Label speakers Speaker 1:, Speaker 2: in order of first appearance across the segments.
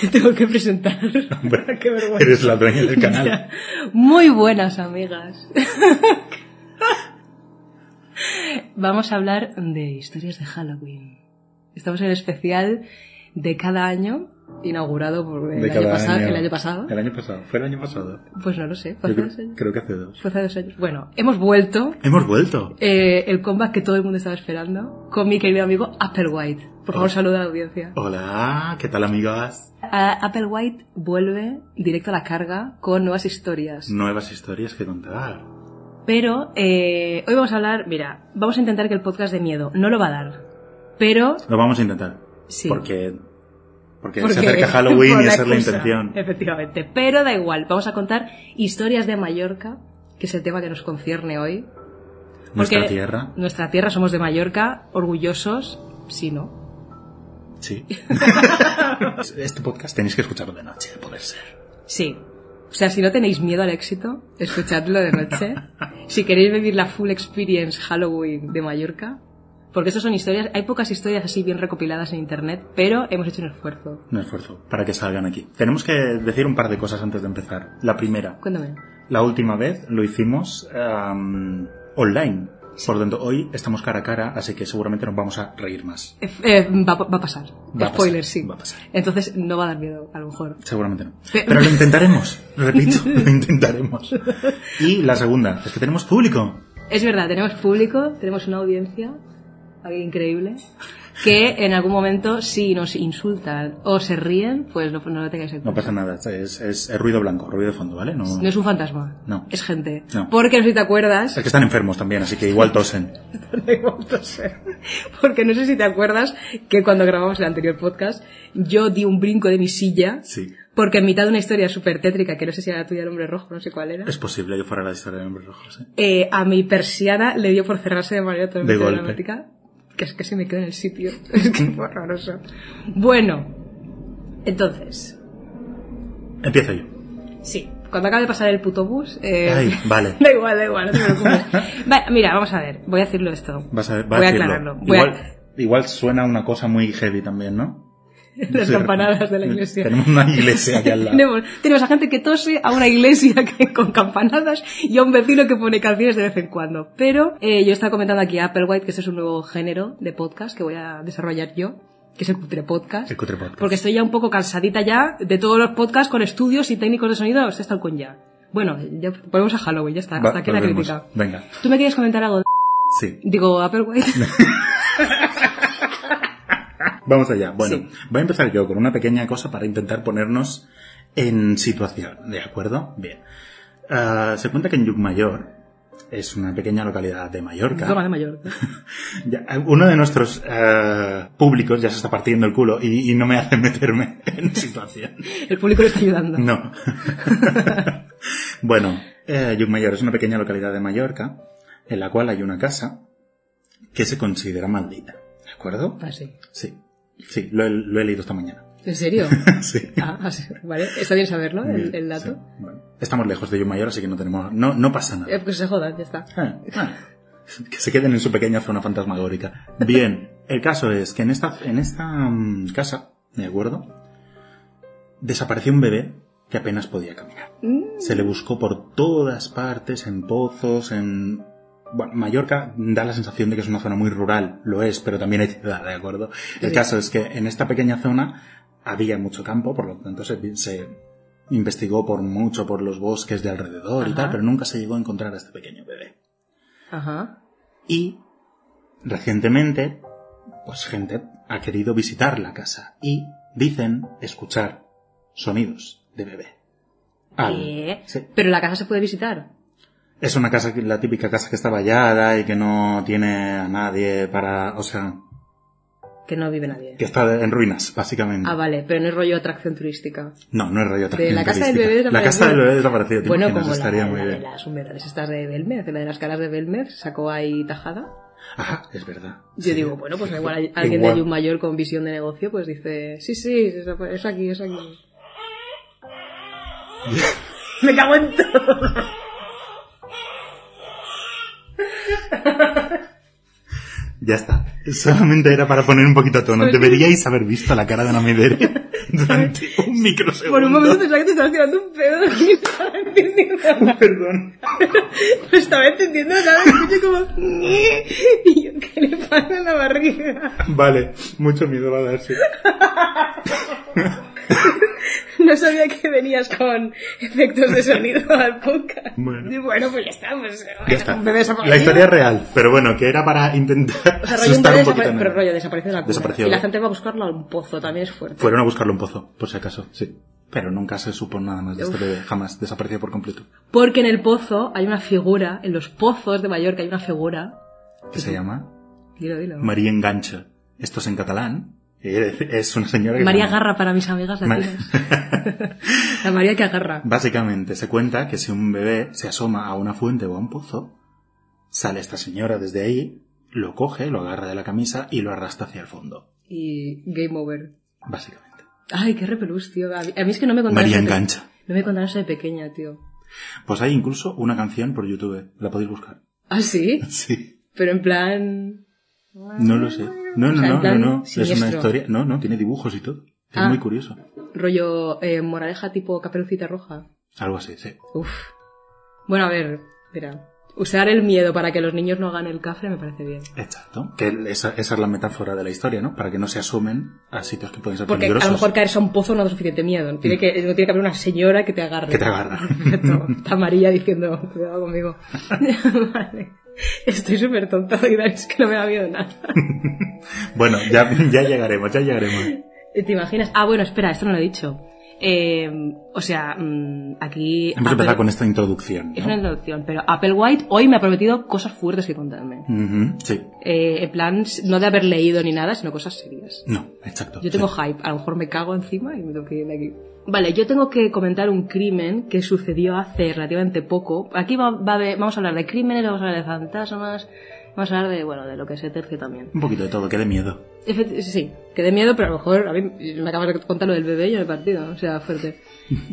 Speaker 1: te tengo que presentar.
Speaker 2: Hombre,
Speaker 1: Qué vergüenza.
Speaker 2: Eres la dueña del canal.
Speaker 1: Muy buenas amigas. Vamos a hablar de historias de Halloween. Estamos en el especial de cada año, inaugurado por el,
Speaker 2: de
Speaker 1: año,
Speaker 2: cada
Speaker 1: pasado,
Speaker 2: año.
Speaker 1: el año pasado.
Speaker 2: El año pasado. Fue el año pasado.
Speaker 1: Pues no lo sé, fue hace
Speaker 2: Yo creo,
Speaker 1: dos años.
Speaker 2: creo que hace dos.
Speaker 1: Fue hace dos años. Bueno, hemos vuelto
Speaker 2: Hemos vuelto.
Speaker 1: eh, el comeback que todo el mundo estaba esperando con mi querido amigo Applewhite. Por favor,
Speaker 2: Hola.
Speaker 1: saluda a la audiencia.
Speaker 2: Hola, ¿qué tal amigas?
Speaker 1: A- Applewhite vuelve directo a la carga con nuevas historias.
Speaker 2: Nuevas historias que contar.
Speaker 1: Pero eh, hoy vamos a hablar, mira, vamos a intentar que el podcast de miedo no lo va a dar. Pero
Speaker 2: Lo vamos a intentar.
Speaker 1: sí.
Speaker 2: Porque, porque,
Speaker 1: Porque-
Speaker 2: se acerca Halloween
Speaker 1: por
Speaker 2: y esa es la
Speaker 1: excusa, Eh,
Speaker 2: intención.
Speaker 1: Efectivamente. Pero da igual, vamos a contar historias de Mallorca, que es el tema que nos concierne hoy.
Speaker 2: Nuestra
Speaker 1: porque-
Speaker 2: tierra.
Speaker 1: Nuestra tierra, somos de Mallorca, orgullosos, sí, ¿no?
Speaker 2: Sí. este podcast tenéis que escucharlo de noche, de poder ser.
Speaker 1: Sí. O sea, si no tenéis miedo al éxito, escuchadlo de noche. si queréis vivir la full experience Halloween de Mallorca, porque estas son historias, hay pocas historias así bien recopiladas en internet, pero hemos hecho un esfuerzo.
Speaker 2: Un esfuerzo para que salgan aquí. Tenemos que decir un par de cosas antes de empezar. La primera,
Speaker 1: Cuéntame.
Speaker 2: La última vez lo hicimos am, online. Por lo tanto, hoy estamos cara a cara, así que seguramente nos vamos a reír más.
Speaker 1: Eh, eh, va, va a pasar.
Speaker 2: Va a
Speaker 1: Spoiler,
Speaker 2: pasar,
Speaker 1: sí.
Speaker 2: va a pasar.
Speaker 1: Entonces no va a dar miedo, a lo mejor.
Speaker 2: Seguramente no.
Speaker 1: Pe-
Speaker 2: Pero lo intentaremos, repito, lo intentaremos. Y la segunda, es que tenemos público.
Speaker 1: Es verdad, tenemos público, tenemos una audiencia ahí increíble, que en algún momento si nos insultan o se ríen, pues no, no lo tengáis en
Speaker 2: No
Speaker 1: cuenta.
Speaker 2: pasa nada, es, es- es ruido blanco, ruido de fondo, ¿vale? No,
Speaker 1: No es un fantasma.
Speaker 2: No.
Speaker 1: Es gente.
Speaker 2: No.
Speaker 1: Porque no sé si te
Speaker 2: Es
Speaker 1: acuerdas.
Speaker 2: que están enfermos también, así que igual tosen.
Speaker 1: Porque no sé si te acuerdas que cuando grabamos el anterior podcast, yo di un brinco de mi silla.
Speaker 2: Sí.
Speaker 1: Porque en mitad de una historia súper tétrica, que no sé si era la tuya el hombre rojo, no sé cuál era.
Speaker 2: Es posible que fuera la historia de hombres rojos. ¿eh?
Speaker 1: eh, a mi persiana le dio por cerrarse de manera totalmente
Speaker 2: De golpe.
Speaker 1: dramática. Que es que se me quedó en el sitio. Es que fue horroroso. Bueno, entonces,
Speaker 2: Empiezo yo.
Speaker 1: sí, cuando acabe de pasar el puto bus. eh,
Speaker 2: Ay, vale.
Speaker 1: da igual, da igual, no te preocupes. Va- mira, vamos a ver, voy a decirlo esto.
Speaker 2: Vas a,
Speaker 1: voy
Speaker 2: va
Speaker 1: a
Speaker 2: decirlo.
Speaker 1: aclararlo. Voy a-
Speaker 2: Igual, igual suena una cosa muy heavy también, ¿no?
Speaker 1: las campanadas de la iglesia.
Speaker 2: Tenemos una iglesia aquí al lado.
Speaker 1: Tenemos, tenemos a gente que tose, a una iglesia que, con campanadas y a un vecino que pone canciones de vez en cuando. Pero eh, yo estaba comentando aquí a Applewhite que este es un nuevo género de podcast que voy a desarrollar yo, que es el cutre podcast.
Speaker 2: El cutre podcast.
Speaker 1: Porque estoy ya un poco cansadita ya de todos los podcasts con estudios y técnicos de sonido. Ustedes están con ya. Bueno, ya volvemos a Halloween, ya está.
Speaker 2: Va,
Speaker 1: hasta aquí la
Speaker 2: volvemos.
Speaker 1: crítica.
Speaker 2: Venga,
Speaker 1: ¿Tú me querías comentar algo?
Speaker 2: sí.
Speaker 1: Digo, Applewhite.
Speaker 2: Vamos allá. Bueno,
Speaker 1: Sí.
Speaker 2: voy a empezar yo con una pequeña cosa para intentar ponernos en situación. ¿De acuerdo? Bien. Ah, se cuenta que en Yucmayor es una pequeña localidad de Mallorca.
Speaker 1: Zona de Mallorca.
Speaker 2: Ya, uno de nuestros ah, públicos ya se está partiendo el culo y, y no me hace meterme en situación.
Speaker 1: El público le está ayudando.
Speaker 2: No. bueno, eh, Llucmayor es una pequeña localidad de Mallorca en la cual hay una casa que se considera maldita. ¿De acuerdo?
Speaker 1: Ah, sí.
Speaker 2: Sí. Sí, lo he, lo he leído esta mañana.
Speaker 1: ¿En serio?
Speaker 2: sí.
Speaker 1: Ah, ah, sí. Vale, está bien saberlo, el,
Speaker 2: Bien,
Speaker 1: el dato.
Speaker 2: sí. Bueno, estamos lejos de Llucmayor, así que no tenemos, no, no pasa nada.
Speaker 1: Eh, pues se jodan, ya está.
Speaker 2: Ah, ah. Que se queden en su pequeña zona fantasmagórica. Bien, el caso es que en esta, en esta mm, casa, ¿de acuerdo? Desapareció un bebé que apenas podía caminar.
Speaker 1: Mm,
Speaker 2: Se le buscó por todas partes, en pozos, en... Bueno, Mallorca da la sensación de que es una zona muy rural, lo es, pero también hay ciudad, ¿de acuerdo? El
Speaker 1: Sí.
Speaker 2: caso es que en esta pequeña zona había mucho campo, por lo tanto se, se investigó por mucho por los bosques de alrededor y
Speaker 1: Ajá.
Speaker 2: tal, pero nunca se llegó a encontrar a este pequeño bebé.
Speaker 1: Ajá.
Speaker 2: Y recientemente, pues gente ha querido visitar la casa y dicen escuchar sonidos de bebé. Al-
Speaker 1: Eh,
Speaker 2: Sí.
Speaker 1: Pero la casa se puede visitar.
Speaker 2: Es una casa, que- la típica casa que está vallada y que no tiene a nadie para, o sea,
Speaker 1: Que no vive nadie.
Speaker 2: que está en ruinas, básicamente.
Speaker 1: Ah, vale, pero no es rollo atracción turística.
Speaker 2: No, no es radio
Speaker 1: De la casa del bebé desapareció.
Speaker 2: La casa del bebé desapareció, te
Speaker 1: Bueno,
Speaker 2: imaginas,
Speaker 1: como la,
Speaker 2: estaría
Speaker 1: la
Speaker 2: muy
Speaker 1: de
Speaker 2: bien.
Speaker 1: las humedales estas de Belmez, la de las caras de Belmez, sacó ahí tajada.
Speaker 2: Ajá, es verdad.
Speaker 1: Yo
Speaker 2: Sí.
Speaker 1: digo, bueno, pues igual hay- alguien
Speaker 2: Igual.
Speaker 1: de Jun Mayor con visión de negocio, pues dice, sí, sí, es es aquí, es aquí. Me cago en todo.
Speaker 2: Ya está. Solamente era para poner un poquito a tono. Deberíais haber visto la cara de una Midere durante un microsegundo.
Speaker 1: Por un momento pensaba que te estabas tirando un pedo y no estaba entendiendo nada.
Speaker 2: Perdón.
Speaker 1: No estaba entendiendo nada. Escuché como... "Nie". Y yo, ¿qué le pasa en la barriga?
Speaker 2: Vale, mucho miedo va a darse.
Speaker 1: No sabía que venías con efectos de sonido al podcast.
Speaker 2: Bueno.
Speaker 1: Y bueno, pues ya está. Pues,
Speaker 2: Ya está.
Speaker 1: Me desapareció.
Speaker 2: La historia es real, pero bueno, que era para intentar
Speaker 1: O sea, rollo
Speaker 2: asustar un
Speaker 1: entonces
Speaker 2: poquito.
Speaker 1: desapare- Pero
Speaker 2: ¿no?
Speaker 1: rollo, desaparece la cura.
Speaker 2: Desapareció.
Speaker 1: Y la gente va a buscarlo al pozo, también es fuerte.
Speaker 2: Fueron a buscarlo un pozo, por si acaso, sí. Pero nunca se supo nada más de este bebé, jamás desapareció por completo.
Speaker 1: Porque en el pozo hay una figura, en los pozos de Mallorca hay una figura.
Speaker 2: Que se llama
Speaker 1: Dilo, dilo.
Speaker 2: María Engancha. Esto es en catalán. Eh, Es una señora que...
Speaker 1: María agarra para mis amigas
Speaker 2: Ma-
Speaker 1: latinas. La María que agarra.
Speaker 2: Básicamente se cuenta que si un bebé se asoma a una fuente o a un pozo, sale esta señora desde ahí, lo coge, lo agarra de la camisa y lo arrastra hacia el fondo.
Speaker 1: Y game over.
Speaker 2: Básicamente.
Speaker 1: Ay, qué repelús, tío. A mí, a mí es que no me contaron.
Speaker 2: María
Speaker 1: eso de-
Speaker 2: Engancha.
Speaker 1: No me contaron eso de pequeña, tío.
Speaker 2: Pues hay incluso una canción por YouTube. La podéis buscar.
Speaker 1: Ah, sí.
Speaker 2: Sí.
Speaker 1: Pero en plan.
Speaker 2: No lo sé. No,
Speaker 1: O
Speaker 2: no,
Speaker 1: sea, en
Speaker 2: no, no,
Speaker 1: plan
Speaker 2: no. Es una
Speaker 1: siniestro.
Speaker 2: historia. No, no, tiene dibujos y todo. Es
Speaker 1: Ah.
Speaker 2: muy curioso.
Speaker 1: Rollo eh, moraleja tipo caperucita roja.
Speaker 2: Algo así, sí.
Speaker 1: Uf. Bueno, a ver, mira. Usar el miedo para que los niños no hagan el cafre me parece bien.
Speaker 2: Exacto. Que esa, esa es la metáfora de la historia, ¿no? Para que no se asumen a sitios que pueden ser
Speaker 1: Porque a
Speaker 2: peligrosos.
Speaker 1: lo mejor caerse a un pozo no da suficiente miedo. Tiene que, no tiene que haber una señora que te agarre.
Speaker 2: Que te agarra.
Speaker 1: Perfecto. Está María diciendo, cuidado conmigo. vale. Estoy súper tonta, Daidan, es que no me da miedo nada.
Speaker 2: Bueno, ya, ya llegaremos, ya llegaremos.
Speaker 1: ¿Te imaginas? Ah, bueno, espera, esto no lo he dicho. Eh, o sea, mm, aquí...
Speaker 2: Hemos
Speaker 1: Apple-
Speaker 2: empezado con esta introducción.
Speaker 1: Es
Speaker 2: ¿no?
Speaker 1: una introducción, pero Applewhite hoy me ha prometido cosas fuertes que contarme.
Speaker 2: Ujú, Sí.
Speaker 1: Eh, en plan, no de haber leído ni nada, sino cosas serias.
Speaker 2: No, exacto.
Speaker 1: Yo tengo
Speaker 2: sí.
Speaker 1: hype, a lo mejor me cago encima y me tengo que ir de aquí. Vale, yo tengo que comentar un crimen que sucedió hace relativamente poco. Aquí va- va a haber- vamos a hablar de crímenes, vamos a hablar de fantasmas, vamos a hablar de, bueno, de lo que se tercio también.
Speaker 2: Un poquito de todo, que de miedo.
Speaker 1: Efecti- sí, que de miedo, pero a lo mejor a mí me acabas de contar lo del bebé y yo en el partido, o sea, fuerte.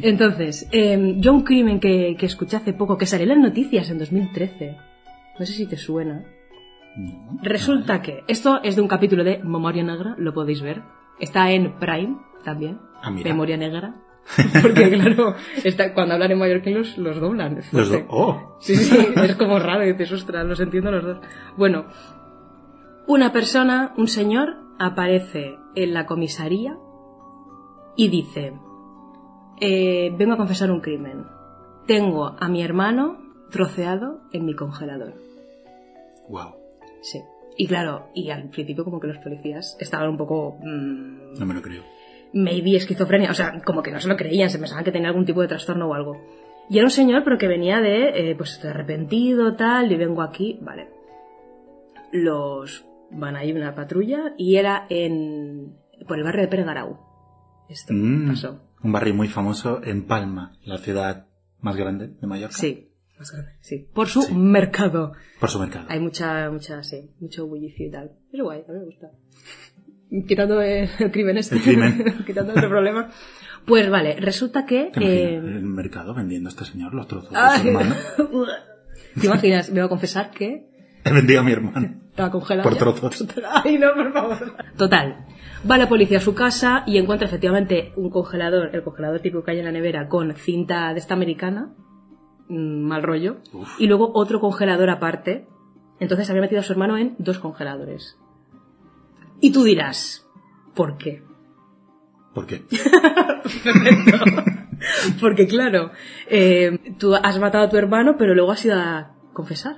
Speaker 1: Entonces, eh, yo un crimen que, que escuché hace poco, que salió en las noticias en 2013, no sé si te suena.
Speaker 2: No.
Speaker 1: Resulta que esto es de un capítulo de Memoria Negra, lo podéis ver. Está en Prime también.
Speaker 2: Ah, mira.
Speaker 1: Memoria Negra. Porque claro, está- cuando hablan en mallorquín los, los doblan. es
Speaker 2: Los
Speaker 1: fuerte.
Speaker 2: dos. ¡Oh!
Speaker 1: Sí, sí, es como raro y dices, ostras, los entiendo los dos. Bueno, una persona, un señor, aparece en la comisaría y dice, eh, vengo a confesar un crimen. Tengo a mi hermano troceado en mi congelador.
Speaker 2: ¡Wow!
Speaker 1: Sí. Y claro, y al principio como que los policías estaban un poco... mm,
Speaker 2: No me lo creo.
Speaker 1: maybe esquizofrenia, o sea, como que no se lo creían, se pensaban que tenía algún tipo de trastorno o algo. Y era un señor, pero que venía de, eh, pues, estoy arrepentido, tal, y vengo aquí, vale. Los van ahí una patrulla y era en, por el barrio de Pere Garau. Esto
Speaker 2: Mm,
Speaker 1: pasó.
Speaker 2: Un barrio muy famoso en Palma, la ciudad más grande de Mallorca.
Speaker 1: Sí. Más grande, Sí. Por su
Speaker 2: Sí.
Speaker 1: mercado.
Speaker 2: Por su mercado.
Speaker 1: Hay mucha, mucha, sí, mucho bullicio y tal. Es guay, a mí me gusta. Quitando el, el crimen este.
Speaker 2: El crimen.
Speaker 1: Quitando el problema. Pues vale, resulta que...
Speaker 2: ¿Te imaginas
Speaker 1: eh,
Speaker 2: el mercado vendiendo a este señor los trozos de su
Speaker 1: Ay.
Speaker 2: hermano?
Speaker 1: ¿Te imaginas? Me voy a confesar que
Speaker 2: He vendido a mi hermano.
Speaker 1: estaba congelada.
Speaker 2: Por
Speaker 1: ya.
Speaker 2: trozos.
Speaker 1: Ay, no, por favor. Total. Va la policía a su casa y encuentra efectivamente un congelador, el congelador típico que hay en la nevera, con cinta de esta americana, mm, mal rollo,
Speaker 2: Uf.
Speaker 1: y luego otro congelador aparte. Entonces había metido a su hermano en dos congeladores. Y tú dirás, ¿por qué?
Speaker 2: ¿Por qué?
Speaker 1: Porque claro, eh, tú has matado a tu hermano, pero luego has ido a confesar.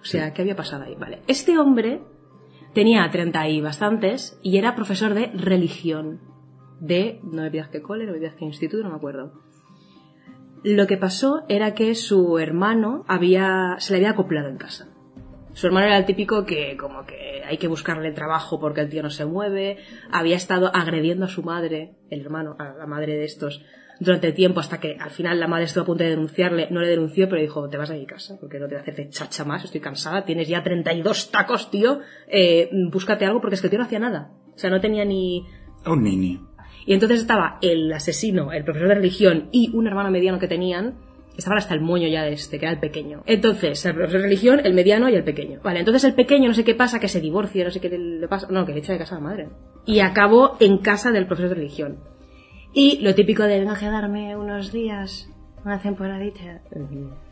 Speaker 1: O sea, ¿qué había pasado ahí? Vale. Este hombre tenía 30 y bastantes y era profesor de religión. De, no me pidas qué cole, no me pidas qué instituto, no me acuerdo. Lo que pasó era que su hermano había, se le había acoplado en casa. Su hermano era el típico que como que hay que buscarle trabajo porque el tío no se mueve, había estado agrediendo a su madre, el hermano, a la madre de estos, durante tiempo hasta que al final la madre estuvo a punto de denunciarle, no le denunció, pero dijo, te vas a mi casa porque no te voy a hacerte chacha más, estoy cansada, tienes ya 32 tacos, tío, eh, búscate algo porque es que el tío no hacía nada. O sea, no tenía ni...
Speaker 2: Un niño.
Speaker 1: Y entonces estaba el asesino, el profesor de religión y un hermano mediano que tenían, que estaban hasta el moño ya de este, que era el pequeño. Entonces, el profesor de religión, el mediano y el pequeño. Vale, entonces el pequeño no sé qué pasa, que se divorcia, no sé qué le pasa, no, que le echa de casa a la madre. Y acabó en casa del profesor de religión.
Speaker 3: Y lo típico de venga a quedarme unos días, una temporadita.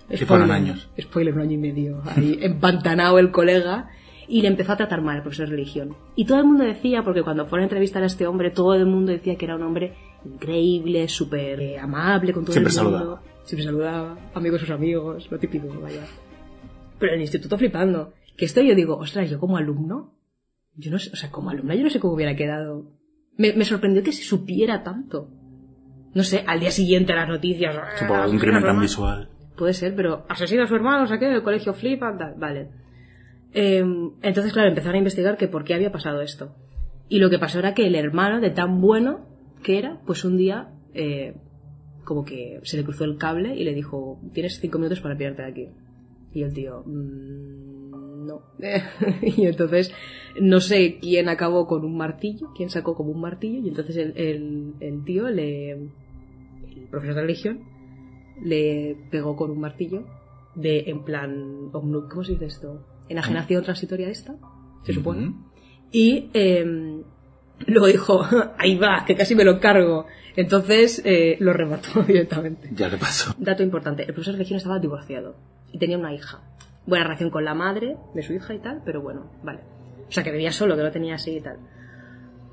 Speaker 2: Que fueron años.
Speaker 1: Spoiler, un año y medio. Ahí empantanado el colega.
Speaker 3: Y le empezó a tratar mal el profesor de religión. Y todo el mundo decía, porque cuando fueron a entrevistar a este hombre, todo el mundo decía que era un hombre increíble, súper eh, amable con todo
Speaker 2: Siempre
Speaker 3: el mundo.
Speaker 2: saludaba.
Speaker 1: Siempre saludaba, amigo de sus amigos, lo típico, vaya. Pero en el instituto flipando. Que esto yo digo, ostras, yo como alumno, yo no sé, o sea, como alumna yo no sé cómo hubiera quedado. Me, me sorprendió que se supiera tanto. No sé, al día siguiente las noticias.
Speaker 2: Supongo
Speaker 1: "Ah,
Speaker 2: un crimen tan
Speaker 1: broma".
Speaker 2: visual.
Speaker 1: Puede ser, pero asesina a su hermano, o sea, que el colegio flipa, tal, vale. Eh, entonces, claro, empezaron a investigar que por qué había pasado esto. Y lo que pasó era que el hermano, de tan bueno que era, pues un día, eh, como que se le cruzó el cable y le dijo, tienes cinco minutos para pirarte de aquí. Y el tío, "Mm, no. y entonces, no sé quién acabó con un martillo, quién sacó como un martillo, y entonces el, el- el tío le, el profesor de religión, le pegó con un martillo de en plan omnu- ¿cómo se dice esto? enajenación transitoria esta se supone
Speaker 2: Ujú.
Speaker 1: y eh, luego dijo ahí va que casi me lo cargo entonces eh, lo remató directamente
Speaker 2: Ya le pasó.
Speaker 1: dato importante el profesor de religión estaba divorciado y tenía una hija buena relación con la madre de su hija y tal pero bueno vale o sea que vivía solo que lo tenía así y tal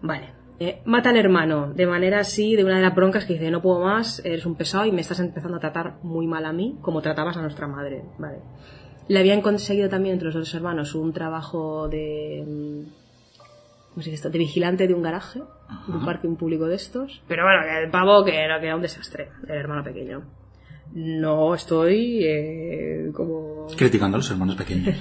Speaker 1: Vale. Eh, mata al hermano, de manera así, de una de las broncas que dice, no puedo más, eres un pesado y me estás empezando a tratar muy mal a mí, como tratabas a nuestra madre. Vale. Le habían conseguido también entre los dos hermanos un trabajo de... mm, ¿Cómo se dice esto? De vigilante de un garaje, de un parking público de estos. Pero bueno, que el pavo que era, que era un desastre, el hermano pequeño. No estoy eh, como...
Speaker 2: Criticando a los hermanos pequeños.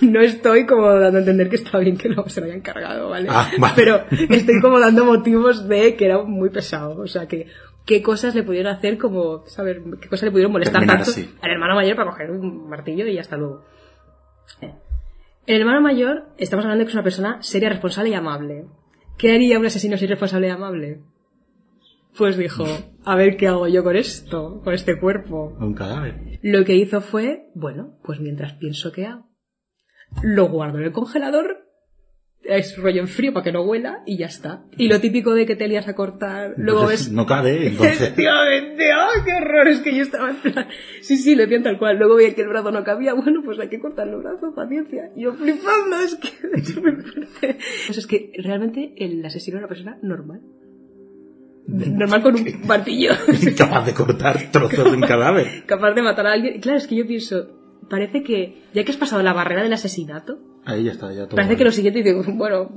Speaker 1: No estoy como dando a entender que está bien que lo, se lo hayan cargado, ¿vale?
Speaker 2: Ah, vale.
Speaker 1: Pero estoy como dando motivos de que era muy pesado. O sea, que qué cosas le pudieron hacer como, ¿sabes? ¿Qué cosas le pudieron molestar
Speaker 2: Terminar
Speaker 1: tanto
Speaker 2: así.
Speaker 1: al hermano mayor para coger un martillo y hasta luego? Eh. El hermano mayor, estamos hablando de que es una persona seria, responsable y amable. ¿Qué haría un asesino serio, responsable y amable? Pues dijo, a ver qué hago yo con esto, con este cuerpo.
Speaker 2: Un cadáver.
Speaker 1: Lo que hizo fue, bueno, pues mientras pienso qué hago, lo guardo en el congelador, es rollo en frío para que no huela y ya está. Y lo típico de que te lías a cortar, luego
Speaker 2: Entonces,
Speaker 1: ves...
Speaker 2: No cabe, entonces.
Speaker 1: Efectivamente, ¡ah, qué horror! Es que yo estaba en plan... Sí, sí, le pienso tal cual. Luego veía que el brazo no cabía, bueno, pues hay que cortarle el brazo, paciencia. Y yo flipando, es que es muy fuerte. Pues es que realmente el asesino era una persona normal. Normal con un martillo.
Speaker 2: Capaz de cortar trozos de un cadáver.
Speaker 1: capaz de matar a alguien. Y Claro, es que yo pienso, parece que ya que has pasado la barrera del asesinato,
Speaker 2: Ahí ya está, ya todo.
Speaker 1: parece que lo siguiente digo, bueno,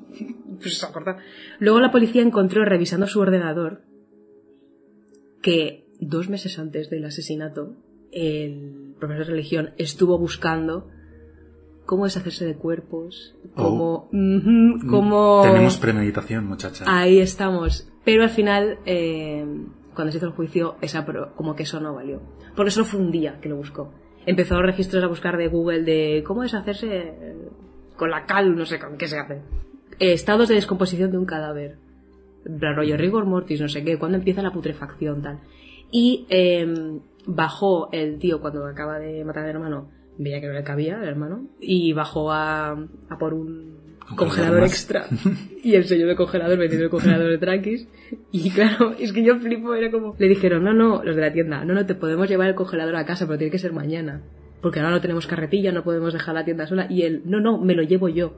Speaker 1: pues a cortar. Luego la policía encontró revisando su ordenador que dos meses antes del asesinato el profesor de religión estuvo buscando cómo deshacerse de cuerpos, cómo, ujú, cómo
Speaker 2: Tenemos premeditación, muchacha.
Speaker 1: Ahí estamos. Pero al final, eh, cuando se hizo el juicio, esa pro- como que eso no valió. Porque solo fue un día que lo buscó. Empezó los registros a buscar de Google de cómo deshacerse eh, con la cal, no sé con qué se hace. Eh, estados de descomposición de un cadáver. En plan, rollo rigor mortis, no sé qué, cuándo empieza la putrefacción, tal. Y eh, bajó el tío cuando acaba de matar al hermano, veía que no le cabía el hermano, y bajó a, a por un
Speaker 2: Congelador
Speaker 1: congelador
Speaker 2: más.
Speaker 1: extra. Y el señor del congelador vendiendo el congelador de tranquis. Y claro, es que yo flipo, era como... Le dijeron, no, no, los de la tienda, no, no, te podemos llevar el congelador a casa, pero tiene que ser mañana. Porque ahora no tenemos carretilla, no podemos dejar la tienda sola. Y él, no, no, me lo llevo yo.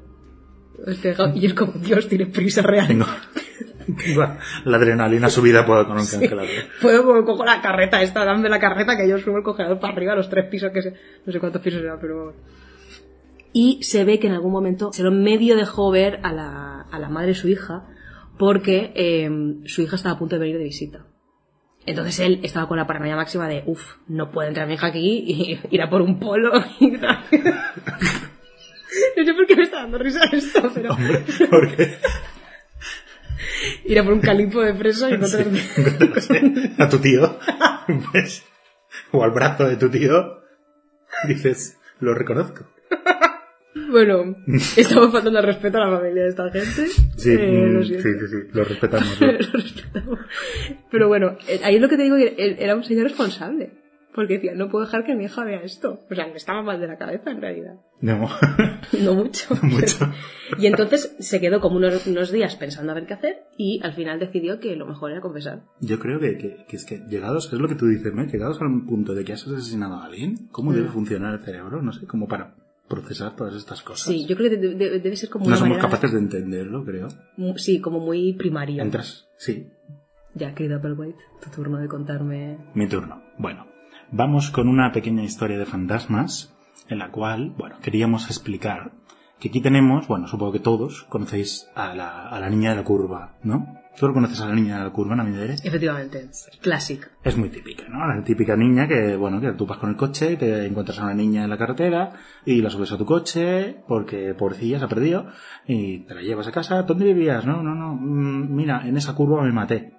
Speaker 1: O sea, Y es como, Dios, tiene prisa real.
Speaker 2: Tengo Iba la adrenalina subida por con un congelador.
Speaker 1: Puedo como cojo la carreta esta, dame la carreta que yo subo el congelador para arriba, los tres pisos que se, no sé cuántos pisos eran, pero vamos. Y se ve que en algún momento se lo medio dejó ver a la, a la madre de su hija porque eh, su hija estaba a punto de venir de visita. Entonces él estaba con la paranoia máxima de, uff, no puede entrar mi hija aquí y ir a por un polo. y tal. no sé por qué me está dando risa esto, pero
Speaker 2: Hombre, porque
Speaker 1: ir a por un calipo de fresa y encontrar...
Speaker 2: a tu tío, ¿ves? O al brazo de tu tío, dices, lo reconozco.
Speaker 1: Bueno, estamos faltando al respeto a la familia de esta gente.
Speaker 2: Sí,
Speaker 1: Eh,
Speaker 2: mm,
Speaker 1: lo
Speaker 2: sí,
Speaker 1: siento.
Speaker 2: sí, sí, lo respetamos.
Speaker 1: Lo respetamos. Pero bueno, eh, ahí es lo que te digo, que él era un señor responsable. Porque decía, no puedo dejar que mi hija vea esto. O sea, no estaba mal de la cabeza en realidad.
Speaker 2: No,
Speaker 1: No mucho.
Speaker 2: mucho.
Speaker 1: Y entonces se quedó como unos, unos días pensando a ver qué hacer y al final decidió que lo mejor era confesar.
Speaker 2: Yo creo que, que- que es que llegados, es lo que tú dices, ¿no? Llegados al punto de que has asesinado a alguien, ¿cómo debe funcionar el cerebro? No sé, como para procesar todas estas cosas.
Speaker 1: Sí, yo creo que de- de- debe ser como
Speaker 2: no
Speaker 1: una
Speaker 2: somos
Speaker 1: manera-
Speaker 2: capaces de entenderlo, creo.
Speaker 1: mu- Sí, como muy primaria.
Speaker 2: Entras, sí,
Speaker 1: Ya, querido Applewhite, tu turno de contarme.
Speaker 2: Mi turno. Bueno, vamos con una pequeña historia de fantasmas en la cual, bueno, queríamos explicar que aquí tenemos, bueno, supongo que todos conocéis a la, a la niña de la curva, ¿no? ¿Tú lo conoces a la niña de la curva, Namidere?
Speaker 1: Efectivamente, clásico.
Speaker 2: Es muy típica, ¿no? La típica niña que, bueno, que tú vas con el coche, te encuentras a una niña en la carretera y la subes a tu coche porque pobrecilla se ha perdido y te la llevas a casa. ¿Dónde vivías? No, no, no. mm, Mira, en esa curva me maté.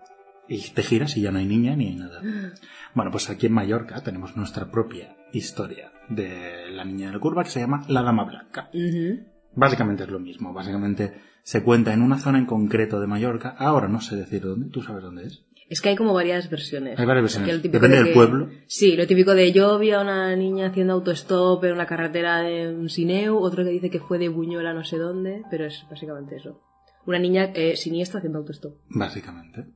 Speaker 2: Y te giras y ya no hay niña ni hay nada. Bueno, pues aquí en Mallorca tenemos nuestra propia historia de la niña de la curva que se llama La Dama Blanca. Básicamente es lo mismo. Básicamente se cuenta en una zona en concreto de Mallorca. Ahora no sé decir dónde. ¿Tú sabes dónde es?
Speaker 1: Es que hay como varias versiones.
Speaker 2: Hay varias
Speaker 1: Que
Speaker 2: versiones.
Speaker 1: lo típico
Speaker 2: Depende
Speaker 1: de
Speaker 2: del
Speaker 1: que-
Speaker 2: pueblo.
Speaker 1: Sí, lo típico de yo vi a una niña haciendo autostop en una carretera de Sineu, otro que dice que fue de Buñuela no sé dónde, pero es básicamente eso. Una niña eh, siniestra haciendo autostop.
Speaker 2: Básicamente.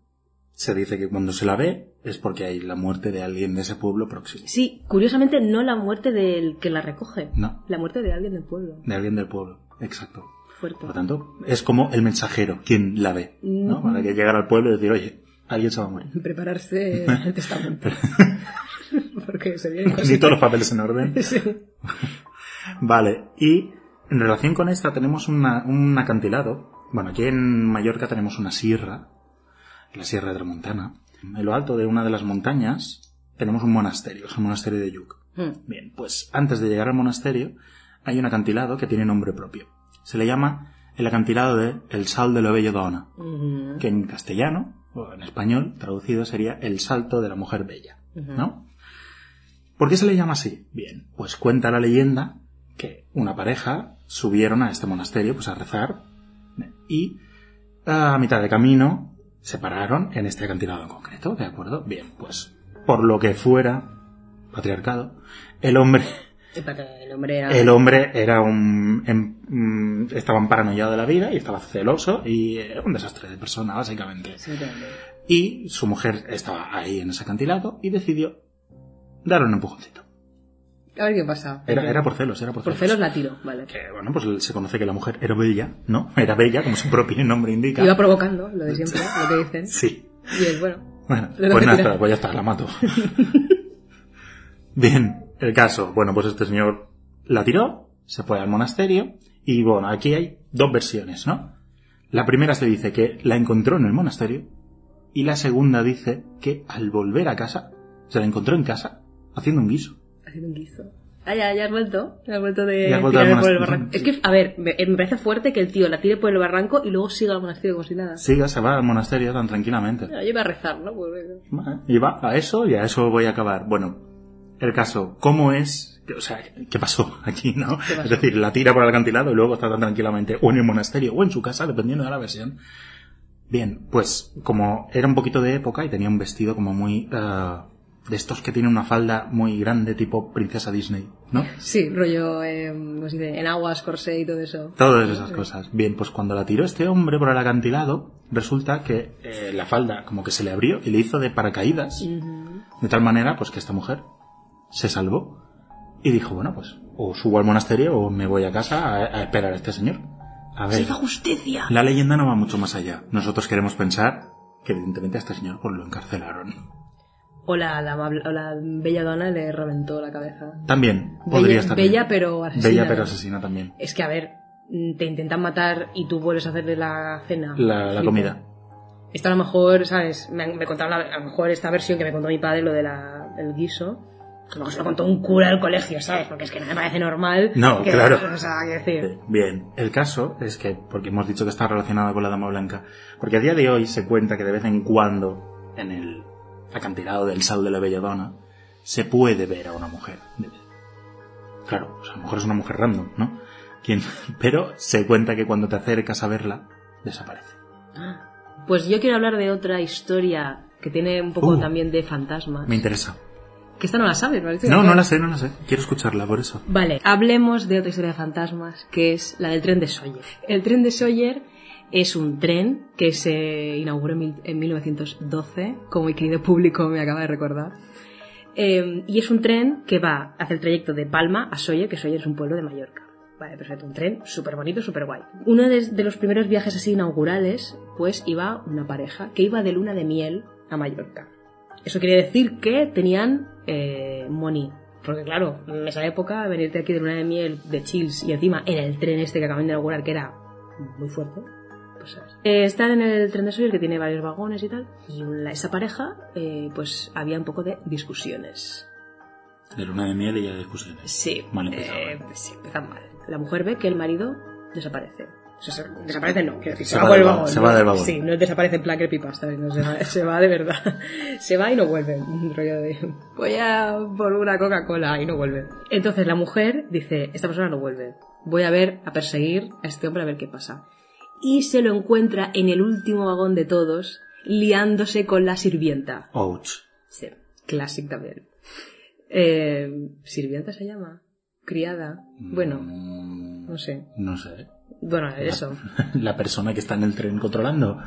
Speaker 2: Se dice que cuando se la ve es porque hay la muerte de alguien de ese pueblo próximo.
Speaker 1: Sí, curiosamente no la muerte del que la recoge,
Speaker 2: No,
Speaker 1: la muerte de alguien del pueblo.
Speaker 2: de alguien del pueblo. Exacto.
Speaker 1: Fuerte.
Speaker 2: Por lo tanto, es como el mensajero quien la ve, ¿no?
Speaker 1: Mm.
Speaker 2: Para que llegar al pueblo y decir, oye, alguien se va a morir.
Speaker 1: Prepararse el testamento. Porque se viene
Speaker 2: Ni todos los papeles en orden. Vale, y en relación con esta tenemos una- un acantilado. Bueno, aquí en Mallorca tenemos una sierra, la Sierra de Tramontana. En lo alto de una de las montañas tenemos un monasterio, es el monasterio de Yuc. Bien, pues antes de llegar al monasterio hay un acantilado que tiene nombre propio. Se le llama el acantilado de El Sal de Bello Dona,
Speaker 1: Mm-hmm.
Speaker 2: que en castellano o en español traducido sería El Salto de la Mujer Bella,
Speaker 1: Mm-hmm.
Speaker 2: ¿no? ¿Por qué se le llama así? Bien, pues cuenta la leyenda que una pareja subieron a este monasterio pues a rezar y a mitad de camino se pararon en este acantilado en concreto, ¿de acuerdo? Bien, pues por lo que fuera patriarcado, el hombre,
Speaker 1: El hombre era...
Speaker 2: el hombre era un, em- mm, estaba paranoiado de la vida y estaba celoso y era un desastre de persona, básicamente.
Speaker 1: Sí, claro.
Speaker 2: Y su mujer estaba ahí en ese acantilado y decidió dar un empujoncito.
Speaker 1: A ver qué pasa.
Speaker 2: Era, era por celos, era por
Speaker 1: Por
Speaker 2: celos.
Speaker 1: celos la tiro, vale.
Speaker 2: Que, bueno, pues se conoce que la mujer era bella, ¿no? Era bella, como su propio nombre indica.
Speaker 1: Iba provocando, lo de siempre, lo que dicen.
Speaker 2: Sí.
Speaker 1: Y es bueno.
Speaker 2: Bueno,
Speaker 1: Pero
Speaker 2: pues
Speaker 1: que
Speaker 2: nada,
Speaker 1: tira.
Speaker 2: está, pues ya está, la mato. Bien, el caso. Bueno, pues este señor la tiró, se fue al monasterio y bueno, aquí hay dos versiones, ¿no? La primera se dice que la encontró en el monasterio y la segunda dice que al volver a casa, se la encontró en casa haciendo un guiso.
Speaker 1: Haciendo un guiso. Ah, ya, ya has vuelto. Ya has vuelto de
Speaker 2: Ya has vuelto al
Speaker 1: tirarme por el
Speaker 2: monasterio.
Speaker 1: barranco. Es que, a ver, me, me parece fuerte que el tío la tire por el barranco y luego siga al monasterio como si nada.
Speaker 2: Siga, se va al monasterio tan tranquilamente.
Speaker 1: Yo iba a rezar, ¿no? Pues, venga.
Speaker 2: Vale, Y va a eso y a eso voy a acabar. Bueno, el caso, ¿cómo es? O sea, ¿qué pasó aquí, no?
Speaker 1: pasó?
Speaker 2: Es decir, la tira por el acantilado y luego está tan tranquilamente o en el monasterio o en su casa, dependiendo de la versión. Bien, pues como era un poquito de época y tenía un vestido como muy... eh, de estos que tiene una falda muy grande tipo princesa Disney, ¿no?
Speaker 1: Sí, rollo, eh, ¿cómo se dice? En aguas, corsé y todo eso.
Speaker 2: Todas esas cosas. Bien, pues cuando la tiró este hombre por el acantilado, resulta que eh, la falda como que se le abrió y le hizo de paracaídas. De tal manera, pues que esta mujer se salvó y dijo, bueno, pues o subo al monasterio o me voy a casa a, a esperar a este señor. A ver,
Speaker 1: justicia!
Speaker 2: la leyenda no va mucho más allá. Nosotros queremos pensar que evidentemente a este señor pues lo encarcelaron.
Speaker 1: O la, la, amable- o la bella dona le reventó la cabeza.
Speaker 2: También podría
Speaker 1: Bella,
Speaker 2: estar bien.
Speaker 1: bella pero asesina.
Speaker 2: Bella pero asesina también.
Speaker 1: Es que, a ver, mm, te intentan matar y tú vuelves a hacerle la cena.
Speaker 2: La, la
Speaker 1: Flipo.
Speaker 2: comida.
Speaker 1: Esto a lo mejor, ¿sabes? Me, han- me contaron la- a lo mejor esta versión que me contó mi padre, lo del guiso. que A lo mejor se lo contó un cura del colegio, ¿sabes? Porque es que no me parece normal.
Speaker 2: No,
Speaker 1: que-
Speaker 2: claro.
Speaker 1: O sea, qué decir.
Speaker 2: Bien, el caso es que, porque hemos dicho que está relacionado con la Dama Blanca, porque a día de hoy se cuenta que de vez en cuando, en el acantilado del Sal de la Belladona, se puede ver a una mujer. de pie. Claro, o sea, a lo mejor es una mujer random, ¿no? Quien- Pero se cuenta que cuando te acercas a verla, desaparece.
Speaker 1: Pues yo quiero hablar de otra historia que tiene un poco
Speaker 2: Uh.
Speaker 1: también de fantasmas.
Speaker 2: Me interesa.
Speaker 1: Que esta no la sabes, ¿vale?
Speaker 2: No, no la sé, no la sé. Quiero escucharla, por eso.
Speaker 1: Vale, hablemos de otra historia de fantasmas, que es la del tren de Sawyer. El tren de Sawyer es un tren que se inauguró en, mil- en 1912, como mi querido público me acaba de recordar. Eh, y es un tren que va hacia el trayecto de Palma a Sóller, que Sóller es un pueblo de Mallorca. Vale, perfecto, un tren súper bonito, súper guay. Uno de, de los primeros viajes así inaugurales, pues iba una pareja que iba de luna de miel a Mallorca. Eso quiere decir que tenían eh, money. Porque claro, en esa época venirte aquí de luna de miel, de chills y encima en el tren este que acaban de inaugurar, que era muy fuerte, pues ¿sabes? Eh, están en el tren de Sawyer que tiene varios vagones y tal. Y la- esa pareja, eh, pues había un poco de discusiones.
Speaker 2: De luna de miel y ya de discusiones.
Speaker 1: Sí.
Speaker 2: Mal empezado,
Speaker 1: eh,
Speaker 2: ¿eh?
Speaker 1: sí, empezan mal. La mujer ve que el marido desaparece. O sea, se- desaparece no, quiero decir, se,
Speaker 2: Se
Speaker 1: va
Speaker 2: va
Speaker 1: por el
Speaker 2: del
Speaker 1: vagón.
Speaker 2: vagón, se
Speaker 1: ¿no?
Speaker 2: va del vagón.
Speaker 1: Sí, no desaparece en plan creepypasta, ¿sabes? No, se, va, se va de verdad. Se va y no vuelve. Un rollo de. Voy a por una Coca-Cola y no vuelve. Entonces la mujer dice: Esta persona no vuelve. Voy a ver, a perseguir a este hombre a ver qué pasa. Y se lo encuentra en el último vagón de todos, liándose con la sirvienta.
Speaker 2: Ouch.
Speaker 1: Sí, classic también. Eh, ¿Sirvienta se llama? ¿Criada? Bueno,
Speaker 2: Mm,
Speaker 1: no sé.
Speaker 2: No sé.
Speaker 1: Bueno, eso.
Speaker 2: La persona que está en el tren controlando.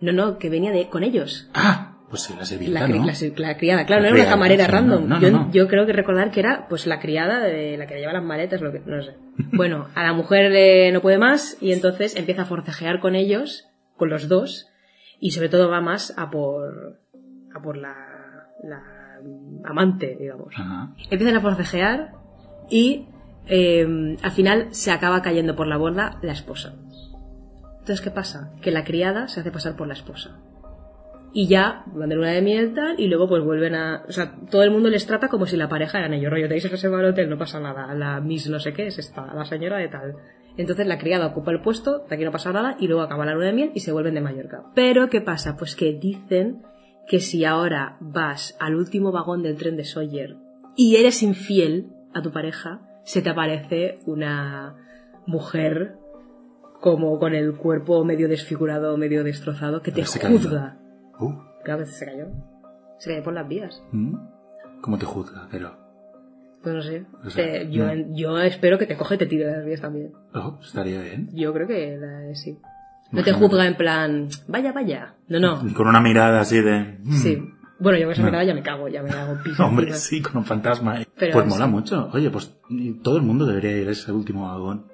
Speaker 1: No, no, que venía de, con ellos.
Speaker 2: Ah, pues sí, la
Speaker 1: La,
Speaker 2: sirvienta,
Speaker 1: cri-
Speaker 2: ¿no?
Speaker 1: la sir- la criada, claro,
Speaker 2: La
Speaker 1: no era una
Speaker 2: criada,
Speaker 1: camarera
Speaker 2: sí, no,
Speaker 1: random.
Speaker 2: no, no,
Speaker 1: yo,
Speaker 2: no.
Speaker 1: yo creo que recordar que era pues la criada de la que le lleva las maletas, lo que, no sé. Bueno, a la mujer eh, no puede más y entonces empieza a forcejear con ellos, con los dos, y sobre todo va más a por, a por la, la mm, amante, digamos.
Speaker 2: Ajá.
Speaker 1: Empiezan a forcejear y eh, al final se acaba cayendo por la borda la esposa. Entonces, ¿qué pasa? Que la criada se hace pasar por la esposa. Y ya van de luna de miel tal, y luego pues vuelven a... O sea, todo el mundo les trata como si la pareja eran ellos. Rollo, tenéis reservado el hotel, no pasa nada. La Miss no sé qué es esta, la señora de tal. Entonces la criada ocupa el puesto, de aquí no pasa nada, y luego acaba la luna de miel y se vuelven de Mallorca. Pero, ¿qué pasa? Pues que dicen que si ahora vas al último vagón del tren de Sawyer y eres infiel a tu pareja, se te aparece una mujer como con el cuerpo medio desfigurado, medio destrozado, que te
Speaker 2: Ahora se cayó.
Speaker 1: juzga.
Speaker 2: Uh,
Speaker 1: Claro que se cayó. Se cayó por las vías.
Speaker 2: mm. ¿Cómo te juzga? Pero.
Speaker 1: Pues no sé.
Speaker 2: O sea,
Speaker 1: Eh, yo,
Speaker 2: no.
Speaker 1: yo espero que te coge y te tire de las vías también.
Speaker 2: Oh, estaría bien.
Speaker 1: Yo creo que la- sí. No te
Speaker 2: Imagínate.
Speaker 1: juzga en plan, vaya, vaya. No, no.
Speaker 2: Con una mirada así de. mm.
Speaker 1: Sí. Bueno, yo con esa
Speaker 2: No.
Speaker 1: mirada ya me cago, ya me hago piso.
Speaker 2: Hombre,
Speaker 1: encima.
Speaker 2: sí, con un fantasma. eh.
Speaker 1: Pero
Speaker 2: pues
Speaker 1: sí.
Speaker 2: mola mucho. Oye, pues y todo el mundo debería ir a ese último vagón.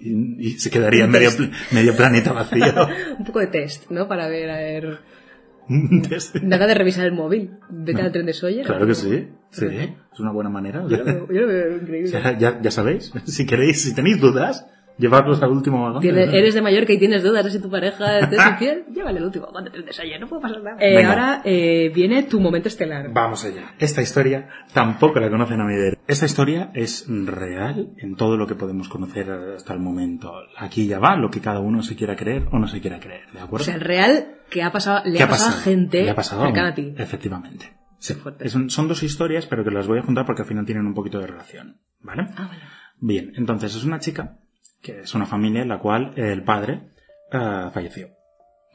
Speaker 2: Y, y se quedaría
Speaker 1: Un
Speaker 2: medio,
Speaker 1: test.
Speaker 2: pl- medio planeta vacío.
Speaker 1: Un poco de test, ¿no? Para ver, a ver...
Speaker 2: Un test.
Speaker 1: Nada de revisar el móvil. Vete
Speaker 2: No.
Speaker 1: al tren de Sawyer.
Speaker 2: Mm. claro que sí. Sí,
Speaker 1: Ujú.
Speaker 2: es una buena manera.
Speaker 1: Yo lo veo, yo lo veo
Speaker 2: O
Speaker 1: increíble.
Speaker 2: sea, ya, ya sabéis, si queréis, si tenéis dudas, llevadlos al último vagón.
Speaker 1: Tienes- eres de Mallorca y tienes dudas de si tu pareja te es infiel, llévale el último cuando te desayuno, no puede pasar nada. Eh,
Speaker 2: Venga.
Speaker 1: ahora eh, viene tu momento estelar.
Speaker 2: Vamos allá. Esta historia tampoco la conocen a Mider. Esta historia es real en todo lo que podemos conocer hasta el momento. Aquí ya va lo que cada uno se quiera creer o no se quiera creer, ¿de
Speaker 1: O
Speaker 2: acuerdo?
Speaker 1: sea, el real que ha pasado, le
Speaker 2: ¿Qué
Speaker 1: ha pasado a gente
Speaker 2: Le ha pasado a Eh.
Speaker 1: cercana
Speaker 2: uno.
Speaker 1: a ti.
Speaker 2: Efectivamente. Sí.
Speaker 1: fuerte.
Speaker 2: Es un- son dos historias, pero que las voy a juntar porque al final tienen un poquito de relación, ¿vale?
Speaker 1: Ah, vale.
Speaker 2: Bien, entonces es una chica que es una familia en la cual el padre ah, falleció.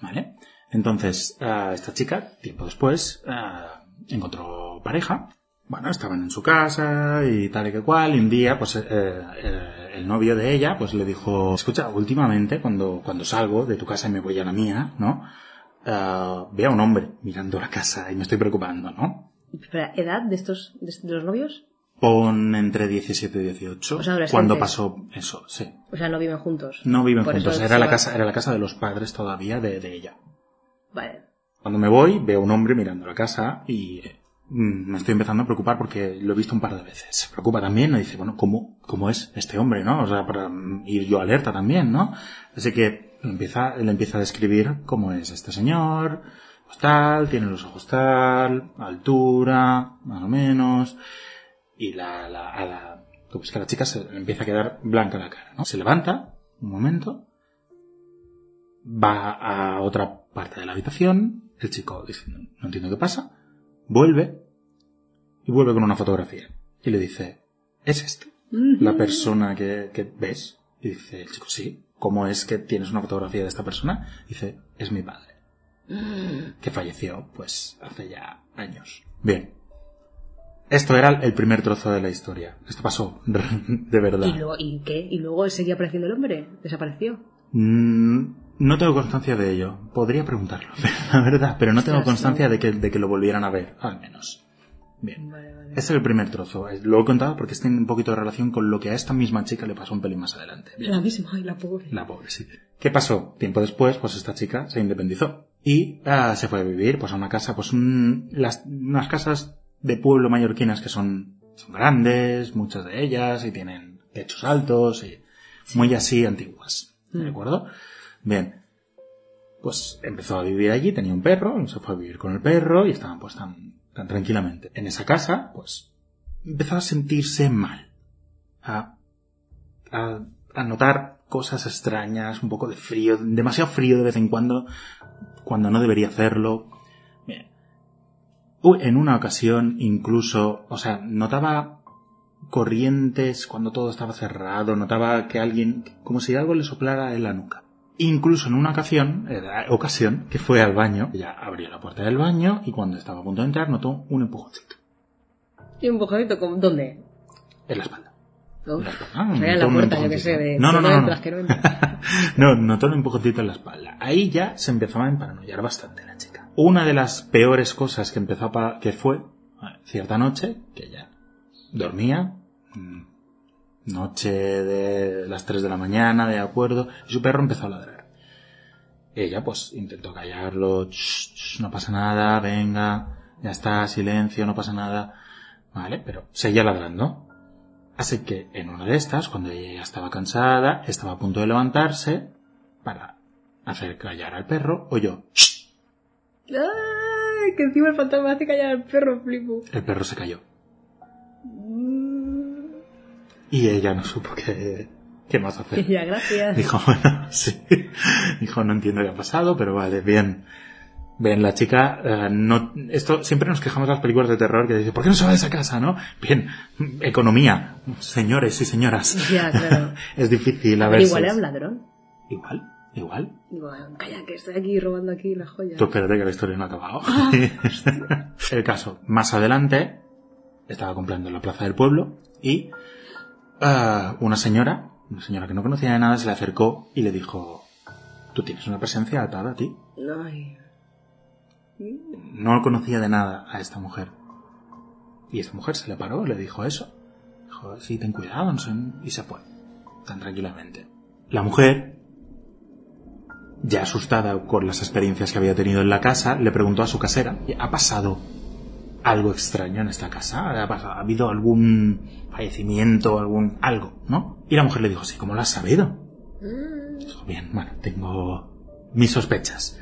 Speaker 2: ¿Vale? Entonces, ah, esta chica, tiempo después, ah, encontró pareja. Bueno, estaban en su casa y tal y que cual. Y un día, pues, eh, eh, el novio de ella, pues le dijo, escucha, últimamente, cuando, cuando salgo de tu casa y me voy a la mía, ¿no? Ah, veo a un hombre mirando la casa y me estoy preocupando, ¿no?
Speaker 1: Espera, ¿edad de estos, de, de los novios?
Speaker 2: Pon entre 17 y 18.
Speaker 1: O sea, adolescentes.
Speaker 2: cuando pasó eso, sí.
Speaker 1: O sea, no viven juntos.
Speaker 2: No viven
Speaker 1: Por eso
Speaker 2: juntos,
Speaker 1: se
Speaker 2: era la,
Speaker 1: va-
Speaker 2: casa, era la casa de los padres todavía de, de ella.
Speaker 1: Vale.
Speaker 2: Cuando me voy, veo a un hombre mirando la casa y eh, mm, me estoy empezando a preocupar porque lo he visto un par de veces. Se preocupa también, me dice, bueno, ¿cómo, cómo es este hombre, no? O sea, para mm, ir yo alerta también, ¿no? Así que lo empieza, le empieza a describir cómo es este señor, pues tal, tiene los ojos tal, altura, más o menos, y la, la, a la, pues que a la chica se le empieza a quedar blanca la cara, ¿no? Se levanta, un momento, va a otra parte de la habitación, el chico dice, no, no entiendo qué pasa, vuelve y vuelve con una fotografía y le dice, ¿es esta la persona que, que ves? Y dice el chico, sí, ¿cómo es que tienes una fotografía de esta persona? dice, es mi padre, que falleció pues hace ya años. Bien. Esto era el primer trozo de la historia. Esto pasó, de verdad.
Speaker 3: ¿Y, lo, ¿Y qué? ¿Y luego seguía apareciendo el hombre? ¿Desapareció?
Speaker 2: Mm, No tengo constancia de ello. Podría preguntarlo, la verdad, pero no tengo
Speaker 3: Ostras,
Speaker 2: constancia de que, de que lo volvieran a ver, al menos. Bien.
Speaker 3: Vale, vale.
Speaker 2: Este es el primer trozo. Es- Lo he contado porque tiene un poquito de relación con lo que a esta misma chica le pasó un pelín más adelante. Bien.
Speaker 3: La misma, ay, la pobre.
Speaker 2: La pobre, sí. ¿Qué pasó? Tiempo después, pues esta chica se independizó y ah, se fue a vivir pues a una casa, pues un- las, unas casas de pueblo mallorquinas que son, son grandes, muchas de ellas, y tienen techos altos y muy así antiguas. ¿De
Speaker 3: Mm.
Speaker 2: acuerdo? Bien. Pues empezó a vivir allí, tenía un perro, y se fue a vivir con el perro y estaban pues tan, tan tranquilamente. En esa casa, pues empezó a sentirse mal. A a, a notar cosas extrañas, un poco de frío, demasiado frío de vez en cuando, cuando no debería hacerlo. Bien. Uy, En una ocasión, incluso, o sea, notaba corrientes cuando todo estaba cerrado, notaba que alguien, como si algo le soplara en la nuca. Incluso en una ocasión, eh, ocasión que fue al baño, ella abrió la puerta del baño y cuando estaba a punto de entrar notó un empujoncito
Speaker 3: ¿Y un bojadito? con- ¿Dónde?
Speaker 2: en la espalda.
Speaker 3: Uf,
Speaker 2: En la espalda, Ah,
Speaker 3: o sea, en la
Speaker 2: notó un
Speaker 3: puerta, yo que sé,
Speaker 2: empujoncito.
Speaker 3: de
Speaker 2: no, no, no,
Speaker 3: de
Speaker 2: no, no.
Speaker 3: las que no entran.
Speaker 2: No, notó un empujoncito en la espalda. Ahí ya se empezaba a emparanoiar bastante la chica. Una de las peores cosas que empezó a pa- que fue eh, cierta noche, que ya dormía, mm, noche de las 3 de la mañana, de acuerdo, y su perro empezó a ladrar. Ella pues intentó callarlo, "Shh, shh, no pasa nada, venga, ya está, silencio, no pasa nada. Vale, pero seguía ladrando. Así que en una de estas, cuando ella ya estaba cansada, estaba a punto de levantarse para hacer callar al perro, oyó. "Shh".
Speaker 3: Ay, que encima el fantasma hace callar al perro, flipo.
Speaker 2: El perro se cayó.
Speaker 3: Mm,
Speaker 2: Y ella no supo qué, qué más hacer.
Speaker 3: Ya, gracias.
Speaker 2: Dijo, bueno, sí. Dijo, no entiendo qué ha pasado, pero vale, bien. Bien, la chica, eh, no, esto, siempre nos quejamos de las películas de terror que dicen, ¿por qué no se va de esa casa, no? Bien, economía, señores y señoras.
Speaker 3: Ya, claro.
Speaker 2: Es difícil a
Speaker 3: Pero
Speaker 2: veces.
Speaker 3: igual era un ladrón.
Speaker 2: Igual, igual.
Speaker 3: Digo, calla, que estoy aquí robando aquí la joya.
Speaker 2: Tú espérate que la historia no ha acabado. el caso, más adelante, estaba comprando en la plaza del pueblo y ah, una señora, una señora que no conocía de nada, se le acercó y le dijo, tú tienes una presencia atada a ti.
Speaker 3: Ay.
Speaker 2: No conocía de nada a esta mujer. Y esta mujer se le paró, le dijo eso. Dijo, sí, ten cuidado, no sé", y se fue, tan tranquilamente. La mujer, ya asustada con las experiencias que había tenido en la casa, le preguntó a su casera, ¿ha pasado algo extraño en esta casa? ¿Ha, pasado- ha habido algún fallecimiento, algún algo, no? Y la mujer le dijo, sí, ¿cómo lo has sabido? Dijo, bien, bueno, tengo mis sospechas.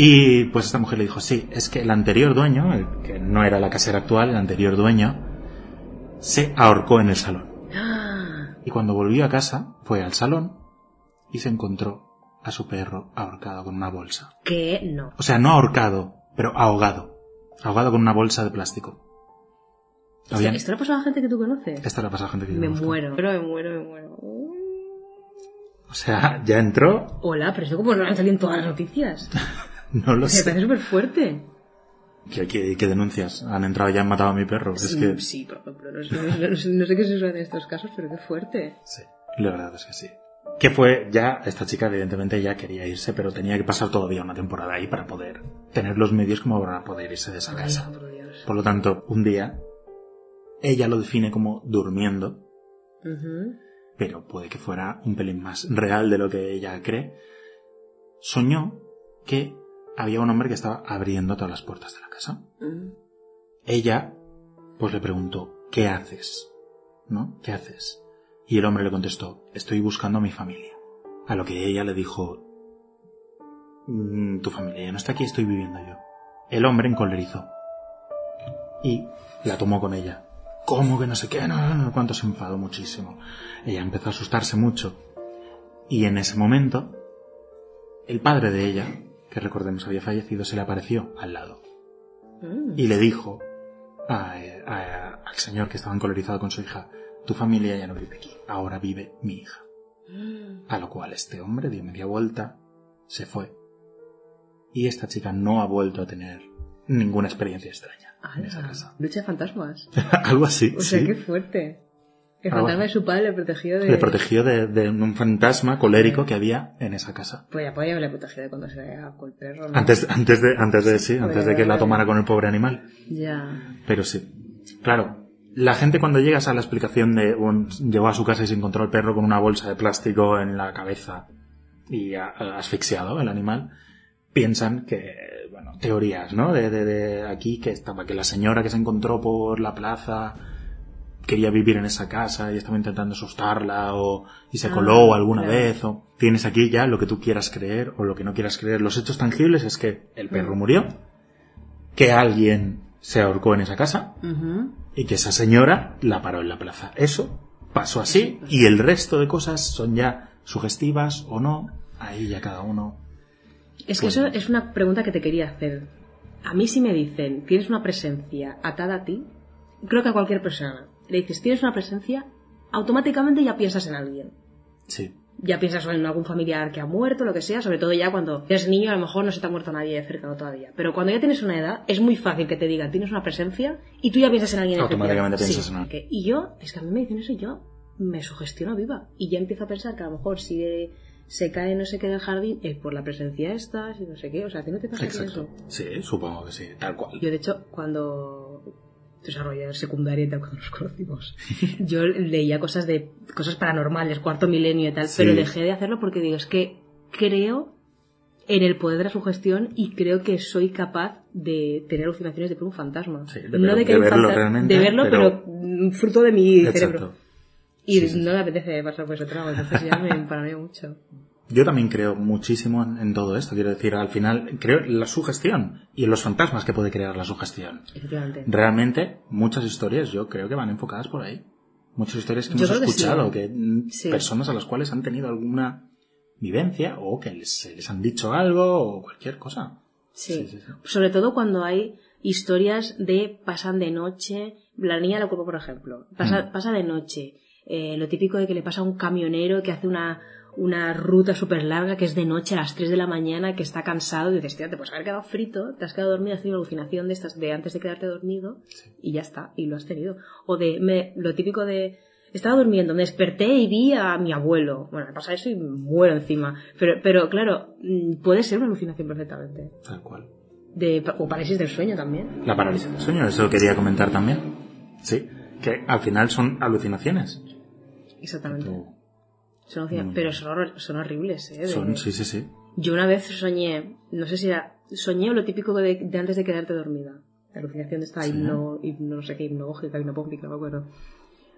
Speaker 2: Y pues esta mujer le dijo, sí, es que el anterior dueño, el que no era la casera actual, el anterior dueño, se ahorcó en el salón.
Speaker 3: Ah,
Speaker 2: Y cuando volvió a casa, fue al salón y se encontró a su perro ahorcado con una bolsa.
Speaker 3: Que no.
Speaker 2: O sea, no ahorcado, pero ahogado. Ahogado con una bolsa de plástico. Lo habían-
Speaker 3: ¿Esto le ha pasado a la gente que tú conoces?
Speaker 2: Esta la pasa a gente que yo
Speaker 3: me
Speaker 2: conozco.
Speaker 3: muero. Pero me muero, me muero.
Speaker 2: O sea, ya entró,
Speaker 3: Hola, pero esto como no han salido en todas las noticias.
Speaker 2: no lo
Speaker 3: Me
Speaker 2: sé.
Speaker 3: parece súper fuerte.
Speaker 2: ¿Qué, qué, qué denuncias? Han entrado y han matado a mi perro. Es que...
Speaker 3: Mm, Sí, por ejemplo, no, sé- no sé- no sé qué se usa en estos casos, pero qué fuerte.
Speaker 2: Sí, la verdad es que sí. Que fue ya, esta chica evidentemente ya quería irse, pero tenía que pasar todavía una temporada ahí para poder tener los medios como para poder irse de esa
Speaker 3: Ay,
Speaker 2: casa.
Speaker 3: por Dios.
Speaker 2: Por lo tanto, un día, ella lo define como durmiendo,
Speaker 3: Ujú.
Speaker 2: pero puede que fuera un pelín más real de lo que ella cree, soñó que había un hombre que estaba abriendo todas las puertas de la casa.
Speaker 3: Mm.
Speaker 2: Ella, pues le preguntó, ¿qué haces? ¿No? ¿Qué haces? Y el hombre le contestó, estoy buscando a mi familia. A lo que ella le dijo, "Mm, tu familia ya no está aquí, estoy viviendo yo. El hombre encolerizó. Y la tomó con ella. ¿Cómo que no sé qué? No, no, no, cuánto se enfadó muchísimo. Ella empezó a asustarse mucho. Y en ese momento, el padre de ella, que recordemos había fallecido, se le apareció al lado
Speaker 3: Mm.
Speaker 2: y le dijo a- a- al señor que estaba encolerizado con su hija, tu familia ya no vive aquí, ahora vive mi hija. A lo cual este hombre dio media vuelta, se fue. Y esta chica no ha vuelto a tener ninguna experiencia extraña
Speaker 3: Ah,
Speaker 2: en esa
Speaker 1: ¡Hala!
Speaker 2: casa.
Speaker 1: Lucha de fantasmas.
Speaker 2: Algo así,
Speaker 1: O sea,
Speaker 2: sí.
Speaker 1: qué fuerte. El
Speaker 2: Ah,
Speaker 1: fantasma
Speaker 2: bueno.
Speaker 1: de su padre le protegió de...
Speaker 2: Le protegió de, de un fantasma colérico que había en esa casa.
Speaker 1: Pues ya podía haberle protegido de cuando se le haga con el perro. ¿no?
Speaker 2: Antes, antes de, antes de, sí, antes de que la tomara con el pobre animal.
Speaker 1: Ya.
Speaker 2: Pero sí. Claro, la gente cuando llegas a la explicación de un, llegó a su casa y se encontró al perro con una bolsa de plástico en la cabeza y a- a- asfixiado el animal, piensan que, bueno, teorías, ¿no? De, de- de aquí que estaba, que la señora que se encontró por la plaza quería vivir en esa casa y estaba intentando asustarla o y se
Speaker 1: Ah,
Speaker 2: coló alguna
Speaker 1: claro.
Speaker 2: vez o tienes aquí ya lo que tú quieras creer o lo que no quieras creer. Los hechos tangibles es que el perro murió, que alguien se ahorcó en esa casa
Speaker 1: Ujú.
Speaker 2: y que esa señora la paró en la plaza. Eso pasó así y el resto de cosas son ya sugestivas o no, ahí ya cada uno.
Speaker 1: Es que
Speaker 2: Pues-
Speaker 1: eso es una pregunta que te quería hacer. A mí si me dicen, tienes una presencia atada a ti, creo que a cualquier persona, le dices, tienes una presencia, automáticamente ya piensas en alguien.
Speaker 2: Sí,
Speaker 1: Ya piensas en algún familiar que ha muerto, lo que sea, sobre todo ya cuando eres niño, a lo mejor no se te ha muerto nadie de cerca todavía. Pero cuando ya tienes una edad, es muy fácil que te digan, tienes una presencia, y tú ya piensas en alguien. en
Speaker 2: Automáticamente
Speaker 1: especial.
Speaker 2: piensas en
Speaker 1: que-
Speaker 2: alguien.
Speaker 1: Y yo, es que a mí me dicen eso y yo me sugestiono viva. Y ya empiezo a pensar que a lo mejor si eh, se cae no sé qué del jardín es por la presencia esta, si no sé qué. O sea, ¿a ti no te pasa a ti
Speaker 2: exacto.
Speaker 1: eso?
Speaker 2: Sí, supongo que sí, tal cual.
Speaker 1: Yo, de hecho, cuando desarrollé el secundario y tal, cuando nos conocimos, yo leía cosas de cosas paranormales, cuarto milenio y tal,
Speaker 2: Sí.
Speaker 1: pero dejé de hacerlo porque digo, es que creo en el poder de la sugestión y creo que soy capaz de tener alucinaciones de ver un fantasma.
Speaker 2: Sí, de ver- de
Speaker 1: hay un
Speaker 2: verlo
Speaker 1: fantasma-
Speaker 2: realmente,
Speaker 1: De verlo, pero,
Speaker 2: pero-
Speaker 1: mm, fruto de mi cerebro.
Speaker 2: Exacto.
Speaker 1: Y
Speaker 2: Sí, sí,
Speaker 1: no me apetece pasar por ese trago, entonces ya me paranoia mucho.
Speaker 2: Yo también creo muchísimo en, en todo esto. Quiero decir, al final, creo en la sugestión y en los fantasmas que puede crear la sugestión.
Speaker 1: Efectivamente.
Speaker 2: Realmente, muchas historias yo creo que van enfocadas por ahí. Muchas historias que
Speaker 1: Yo
Speaker 2: hemos
Speaker 1: creo que sí.
Speaker 2: escuchado, que, mm,
Speaker 1: Sí.
Speaker 2: personas a las cuales han tenido alguna vivencia o que les- se les han dicho algo o cualquier cosa.
Speaker 1: Sí.
Speaker 2: Sí, sí, sí.
Speaker 1: Sobre todo cuando hay historias de pasan de noche. La niña la culpa, por ejemplo. Pasa,
Speaker 2: Mm.
Speaker 1: pasa de noche. Eh, lo típico de que le pasa a un camionero que hace una, una ruta súper larga que es de noche a las 3 de la mañana, que está cansado y dices, "Tía, te puedes haber quedado frito, te has quedado dormido, has tenido una alucinación de estas de antes de quedarte dormido y ya está, y lo has tenido. O de me- lo típico de estaba durmiendo, me desperté y vi a mi abuelo. Bueno, me pasa eso y muero encima. Pero, pero claro, mm, puede ser una alucinación perfectamente.
Speaker 2: Tal cual.
Speaker 1: De, pa- o parálisis del sueño también.
Speaker 2: La parálisis del sueño, eso quería comentar también. Sí, que al final son alucinaciones.
Speaker 1: Exactamente.
Speaker 2: Tú-
Speaker 1: Son alucina-
Speaker 2: Muy
Speaker 1: pero
Speaker 2: bien.
Speaker 1: son, horror- son horribles, ¿eh? De-
Speaker 2: Mm. Son, sí, sí, sí.
Speaker 1: Yo una vez soñé, no sé si era, soñé lo típico de, de antes de quedarte dormida. La alucinación de esta
Speaker 2: Sí.
Speaker 1: hipno, hipno- no sé qué, hipnológica, hipnopómpica, no me acuerdo.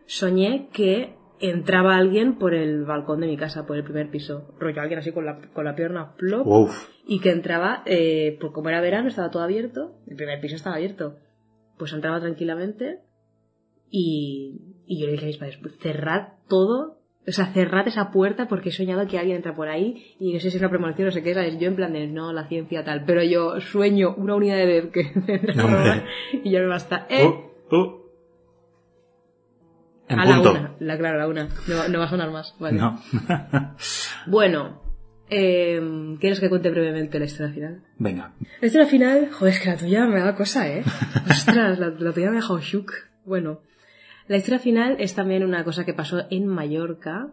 Speaker 1: Soñé que entraba alguien por el balcón de mi casa, por el primer piso. Rollo alguien así con la, con la pierna plop.
Speaker 2: Uf,
Speaker 1: y que entraba, eh, pues como era verano, estaba todo abierto, el primer piso estaba abierto, pues entraba tranquilamente y, y yo le dije a mis padres, cerrad todo, o sea, cerrad esa puerta porque he soñado que alguien entra por ahí y no sé si es una premonición o no sé qué, ¿sabes? Yo en plan de, no, la ciencia tal, pero yo sueño una unidad de vez que entra por
Speaker 2: Hombre.
Speaker 1: y ya me basta. ¡Eh!
Speaker 2: Uh, uh. En
Speaker 1: a
Speaker 2: punto.
Speaker 1: la una, la, claro, a la una, no, no va a sonar más, vale.
Speaker 2: No.
Speaker 1: Bueno, em, ¿quieres que cuente brevemente la historia final?
Speaker 2: Venga.
Speaker 1: Esta la final, joder, es que la tuya me da cosa, ¿eh? Ostras, la, la tuya me ha dejado shook. Bueno, la historia final es también una cosa que pasó en Mallorca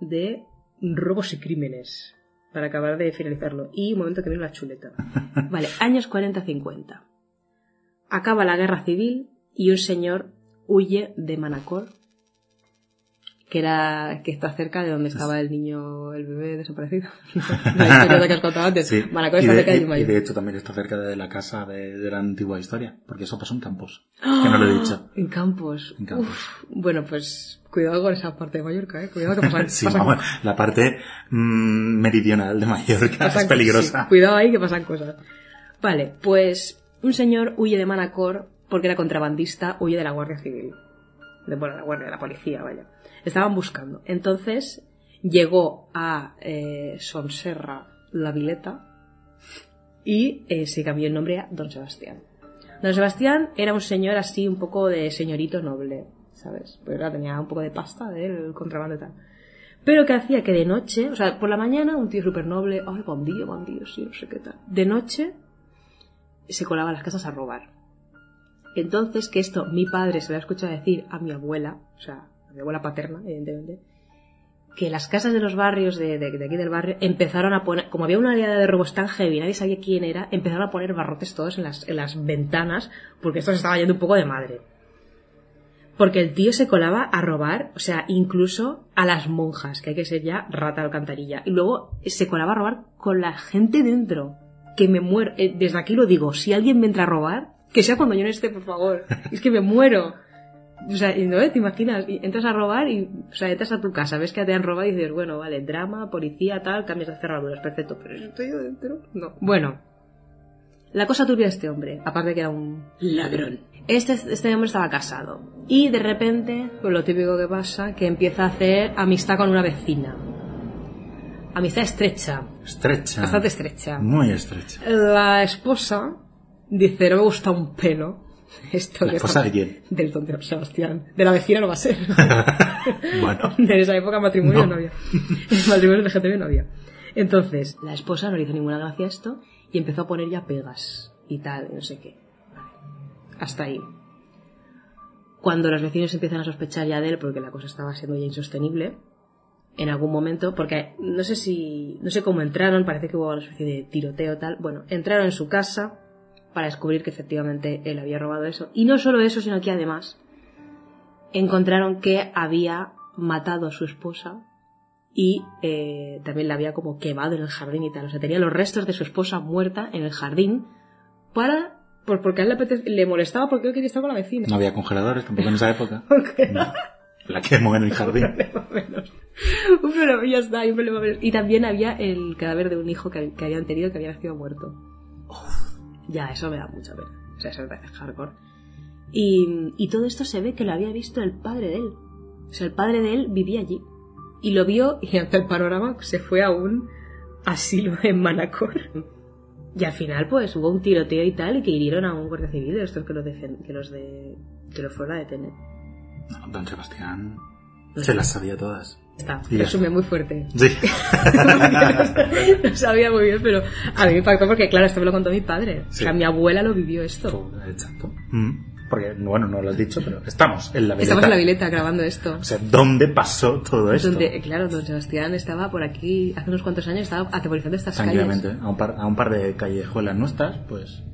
Speaker 1: de robos y crímenes, para acabar de finalizarlo. Y un momento que viene la chuleta. Vale, años 40-50. Acaba la guerra civil y un señor huye de Manacor, que era que está cerca de donde estaba el niño, el bebé desaparecido. la historia que has contado antes.
Speaker 2: Sí.
Speaker 1: Manacor
Speaker 2: y,
Speaker 1: está cerca de
Speaker 2: de, y-
Speaker 1: Yumayo.
Speaker 2: y de hecho también está cerca de la casa de, de la antigua historia, porque eso pasó en Campos.
Speaker 1: ¡Ah!
Speaker 2: Que no lo he dicho.
Speaker 1: En Campos.
Speaker 2: En Campos.
Speaker 1: Uf, bueno, pues cuidado con esa parte de Mallorca, ¿eh? Cuidado que pasan,
Speaker 2: Sí,
Speaker 1: pasan-
Speaker 2: vamos, la parte mm, meridional de Mallorca
Speaker 1: pasan-
Speaker 2: es peligrosa.
Speaker 1: sí, cuidado ahí que pasan cosas. Vale, pues un señor huye de Manacor porque era contrabandista, huye de la Guardia Civil. De, bueno, la Guardia, de la Policía, vaya. Le Estaban buscando. Entonces llegó a eh, Sonserra la Vileta y eh, se cambió el nombre a Don Sebastián. Don Sebastián era un señor así, un poco de señorito noble, ¿sabes? Pues era- tenía un poco de pasta del contrabando y tal. Pero que hacía que de noche, o sea, por la mañana un tío súper noble, ay, bandillo, bandillo, sí, no sé qué tal. De noche se colaba a las casas a robar. Entonces, que esto mi padre se lo ha escuchado decir a mi abuela, o sea, a mi abuela paterna, evidentemente, que las casas de los barrios de, de- de aquí del barrio empezaron a poner, como había una oleada de robos tan heavy, nadie sabía quién era, empezaron a poner barrotes todos en las, en las ventanas, porque esto se estaba yendo un poco de madre. Porque el tío se colaba a robar, o sea, incluso a las monjas, que hay que ser ya rata de alcantarilla. Y luego se colaba a robar con la gente dentro. Que me muero. Eh, Desde aquí lo digo, si alguien me entra a robar, que sea cuando yo no esté, por favor. Es que me muero. O sea, y no te imaginas, y entras a robar y, o sea, entras a tu casa, ves que te han robado y dices, bueno, vale, drama, policía, tal, cambias de cerraduras, perfecto, pero si estoy yo dentro, no. Bueno, la cosa turbia de este hombre, aparte de que era un ladrón. Este, este hombre estaba casado. Y de repente, pues lo típico que pasa, que empieza a hacer amistad con una vecina. Amistad estrecha,
Speaker 2: Ah. Estrecha.
Speaker 1: bastante estrecha.
Speaker 2: Muy estrecha.
Speaker 1: La esposa dice, no me gusta un pelo. Esto
Speaker 2: ¿La
Speaker 1: que
Speaker 2: esposa
Speaker 1: está-
Speaker 2: de quién?
Speaker 1: Del don de Sebastián. De la vecina no va a ser.
Speaker 2: bueno.
Speaker 1: De esa época matrimonio no,
Speaker 2: No.
Speaker 1: había. matrimonio LGTB no había. Entonces, la esposa no le hizo ninguna gracia a esto y empezó a poner ya pegas y tal, y no sé qué. Vale. Hasta ahí. Cuando los vecinos empiezan a sospechar ya de él porque la cosa estaba siendo ya insostenible, en algún momento, porque no sé si, no sé cómo entraron, parece que hubo una especie de tiroteo tal. Bueno, entraron en su casa para descubrir que efectivamente él había robado eso. Y no solo eso, sino que además encontraron que había matado a su esposa y eh, también la había como quemado en el jardín y tal. O sea, tenía los restos de su esposa muerta en el jardín para... Pues porque a él le, apete- le molestaba porque él quería estar con la vecina.
Speaker 2: No había congeladores tampoco en esa época.
Speaker 1: Porque-
Speaker 2: No. La quemó en el jardín.
Speaker 1: menos. Un problema, ya está, hay un problema menos. Y también había el cadáver de un hijo que, que habían tenido que había nacido muerto. ya, eso me da mucha pena. O sea, eso me parece hardcore. Y, y todo esto se ve que lo había visto el padre de él. O sea, el padre de él vivía allí. Y lo vio y ante el panorama se fue a un asilo en Manacor. Y al final, pues, hubo un tiroteo y tal, y que hirieron a un guardia civil de estos que los, defen- que los de... que los fueron a detener.
Speaker 2: No, don Sebastián se las sabía todas.
Speaker 1: Está,
Speaker 2: Y ya
Speaker 1: resume
Speaker 2: está.
Speaker 1: muy fuerte.
Speaker 2: Sí.
Speaker 1: lo sabía muy bien, pero a mí me impactó porque, claro, esto me lo contó mi padre. O sea,
Speaker 2: Sí.
Speaker 1: mi abuela lo vivió esto.
Speaker 2: Exacto. Mm. Porque, bueno, no lo has dicho, pero estamos en la vileta.
Speaker 1: Estamos en la vileta grabando esto.
Speaker 2: O sea, ¿dónde pasó todo esto?
Speaker 1: Donde, eh, claro, don Sebastián estaba por aquí hace unos cuantos años, estaba aterrorizando estas calles.
Speaker 2: Tranquilamente. A un, par, a un par de callejuelas nuestras, pues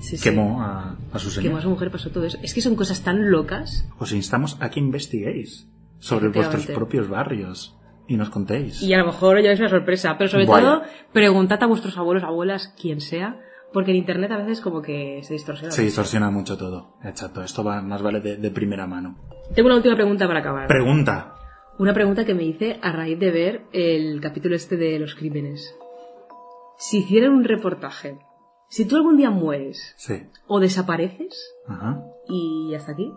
Speaker 1: Sí, sí.
Speaker 2: quemó a, a su
Speaker 1: Quemó
Speaker 2: señor.
Speaker 1: a su mujer, pasó todo eso. Es que son cosas tan locas.
Speaker 2: Os instamos a que investiguéis sobre vuestros
Speaker 1: Efectivamente.
Speaker 2: propios barrios y nos contéis.
Speaker 1: Y a lo mejor ya es una sorpresa, pero sobre
Speaker 2: Vaya.
Speaker 1: todo, preguntad a vuestros abuelos, abuelas, quien sea, porque en internet a veces como que se distorsiona.
Speaker 2: Se distorsiona mucho todo. Exacto. Esto va, más vale de, de primera mano.
Speaker 1: Tengo una última pregunta para acabar.
Speaker 2: Pregunta.
Speaker 1: Una pregunta que me hice a raíz de ver el capítulo este de los crímenes. Si hicieran un reportaje, si tú algún día mueres
Speaker 2: Sí.
Speaker 1: o desapareces
Speaker 2: Ajá.
Speaker 1: y hasta aquí,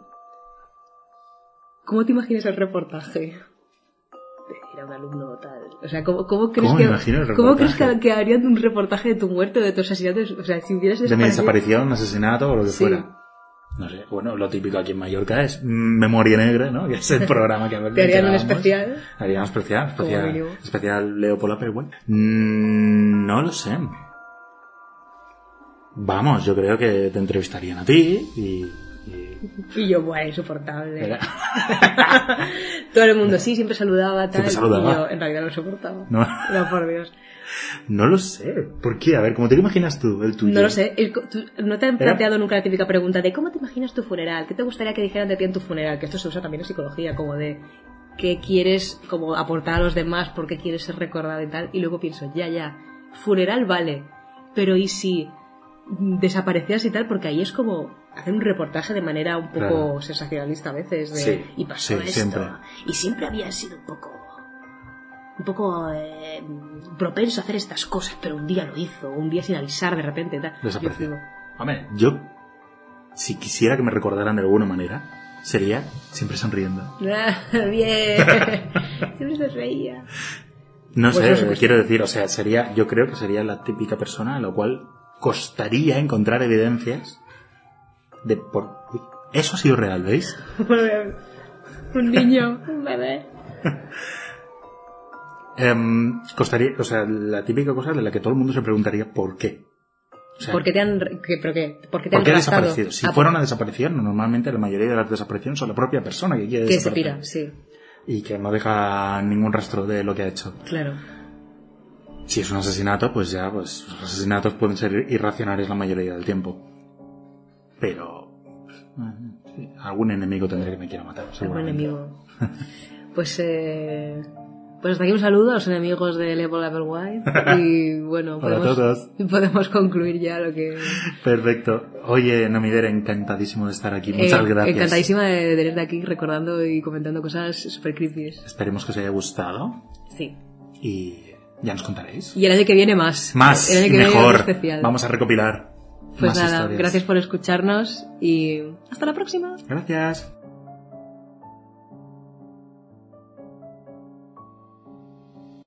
Speaker 1: ¿cómo te imaginas el reportaje? Era un alumno tal. O sea, ¿cómo, cómo crees
Speaker 2: ¿Cómo me
Speaker 1: que
Speaker 2: imagino el
Speaker 1: cómo crees
Speaker 2: reportaje?
Speaker 1: que, que harían un reportaje de tu muerte o de tu asesinato? O sea, si hubieras
Speaker 2: De mi
Speaker 1: desaparecido.
Speaker 2: desaparición, asesinato o lo que
Speaker 1: Sí.
Speaker 2: fuera. No sé, bueno, lo típico aquí en Mallorca es mm, Memoria Negra, ¿no? Que es el programa que
Speaker 1: Te harían un
Speaker 2: grabamos.
Speaker 1: especial.
Speaker 2: Harían un especial,
Speaker 1: Como
Speaker 2: especial,
Speaker 1: mínimo.
Speaker 2: especial Leo Polaperway. Mm, no lo sé. Vamos, yo creo que te entrevistarían a ti y... y-
Speaker 1: Y yo, buah, insoportable.
Speaker 2: Era-
Speaker 1: Todo el mundo sí, siempre saludaba, tal.
Speaker 2: Siempre saludaba.
Speaker 1: Y yo en realidad lo soportaba.
Speaker 2: No.
Speaker 1: no por Dios.
Speaker 2: No lo sé. ¿Por qué? A ver, ¿cómo te lo imaginas tú el tuyo? ¿Eh?
Speaker 1: No lo sé. el co- tú- ¿No te han planteado nunca la típica pregunta de cómo te imaginas tu funeral? ¿Qué te gustaría que dijeran de ti en tu funeral? Que esto se usa también en psicología, como de qué quieres como aportar a los demás, por qué quieres ser recordado y tal. Y luego pienso, ya, ya, funeral vale, pero ¿y si desaparecías y tal? Porque ahí es como hacer un reportaje de manera un poco
Speaker 2: Claro.
Speaker 1: sensacionalista a veces. De,
Speaker 2: Sí,
Speaker 1: y pasó
Speaker 2: sí,
Speaker 1: esto.
Speaker 2: siempre.
Speaker 1: Y siempre había sido un poco un poco eh, propenso a hacer estas cosas, pero un día lo hizo, un día sin avisar de repente. Tal.
Speaker 2: Desapareció.
Speaker 1: Yo digo,
Speaker 2: Hombre, yo, si quisiera que me recordaran de alguna manera, sería siempre sonriendo.
Speaker 1: "Ah, bien, siempre se reía.
Speaker 2: No
Speaker 1: Pues eso,
Speaker 2: sé,
Speaker 1: pues-
Speaker 2: quiero decir, o sea, sería, yo creo que sería la típica persona a la cual costaría encontrar evidencias de por... Uy, Eso ha sido real, ¿veis?
Speaker 1: un niño, un bebé.
Speaker 2: Em, costaría, o sea, la típica cosa de la que todo el mundo se preguntaría por qué. O sea,
Speaker 1: ¿Por qué te han, re- qué- pero qué? ¿Por qué te
Speaker 2: ¿por
Speaker 1: han
Speaker 2: qué
Speaker 1: raptado?
Speaker 2: desaparecido? Si
Speaker 1: Ah,
Speaker 2: fuera una desaparición, normalmente la mayoría de las desapariciones son la propia persona que quiere
Speaker 1: Que se
Speaker 2: desaparecer.
Speaker 1: pira, sí,
Speaker 2: Y que no deja ningún rastro de lo que ha hecho.
Speaker 1: claro.
Speaker 2: Si es un asesinato, pues ya, pues los asesinatos pueden ser irracionales la mayoría del tiempo. Pero... eh, sí, algún enemigo tendré que me quiera matar,
Speaker 1: Algún
Speaker 2: seguramente.
Speaker 1: enemigo. Pues, eh, pues hasta aquí un saludo a los enemigos de Level Applewhite. Y bueno,
Speaker 2: Para
Speaker 1: podemos,
Speaker 2: todos.
Speaker 1: podemos concluir ya lo que.
Speaker 2: Perfecto. Oye, Namidera, encantadísimo de estar aquí. Muchas
Speaker 1: Eh,
Speaker 2: gracias.
Speaker 1: Encantadísima de tenerte aquí recordando y comentando cosas super creepy.
Speaker 2: Esperemos que os haya gustado
Speaker 1: Sí.
Speaker 2: y ya nos contaréis.
Speaker 1: Y el año que viene más.
Speaker 2: Más
Speaker 1: El año
Speaker 2: y
Speaker 1: que viene algo
Speaker 2: mejor.
Speaker 1: especial.
Speaker 2: Vamos a recopilar
Speaker 1: pues
Speaker 2: más
Speaker 1: nada,
Speaker 2: historias.
Speaker 1: gracias por escucharnos y hasta la próxima.
Speaker 2: Gracias.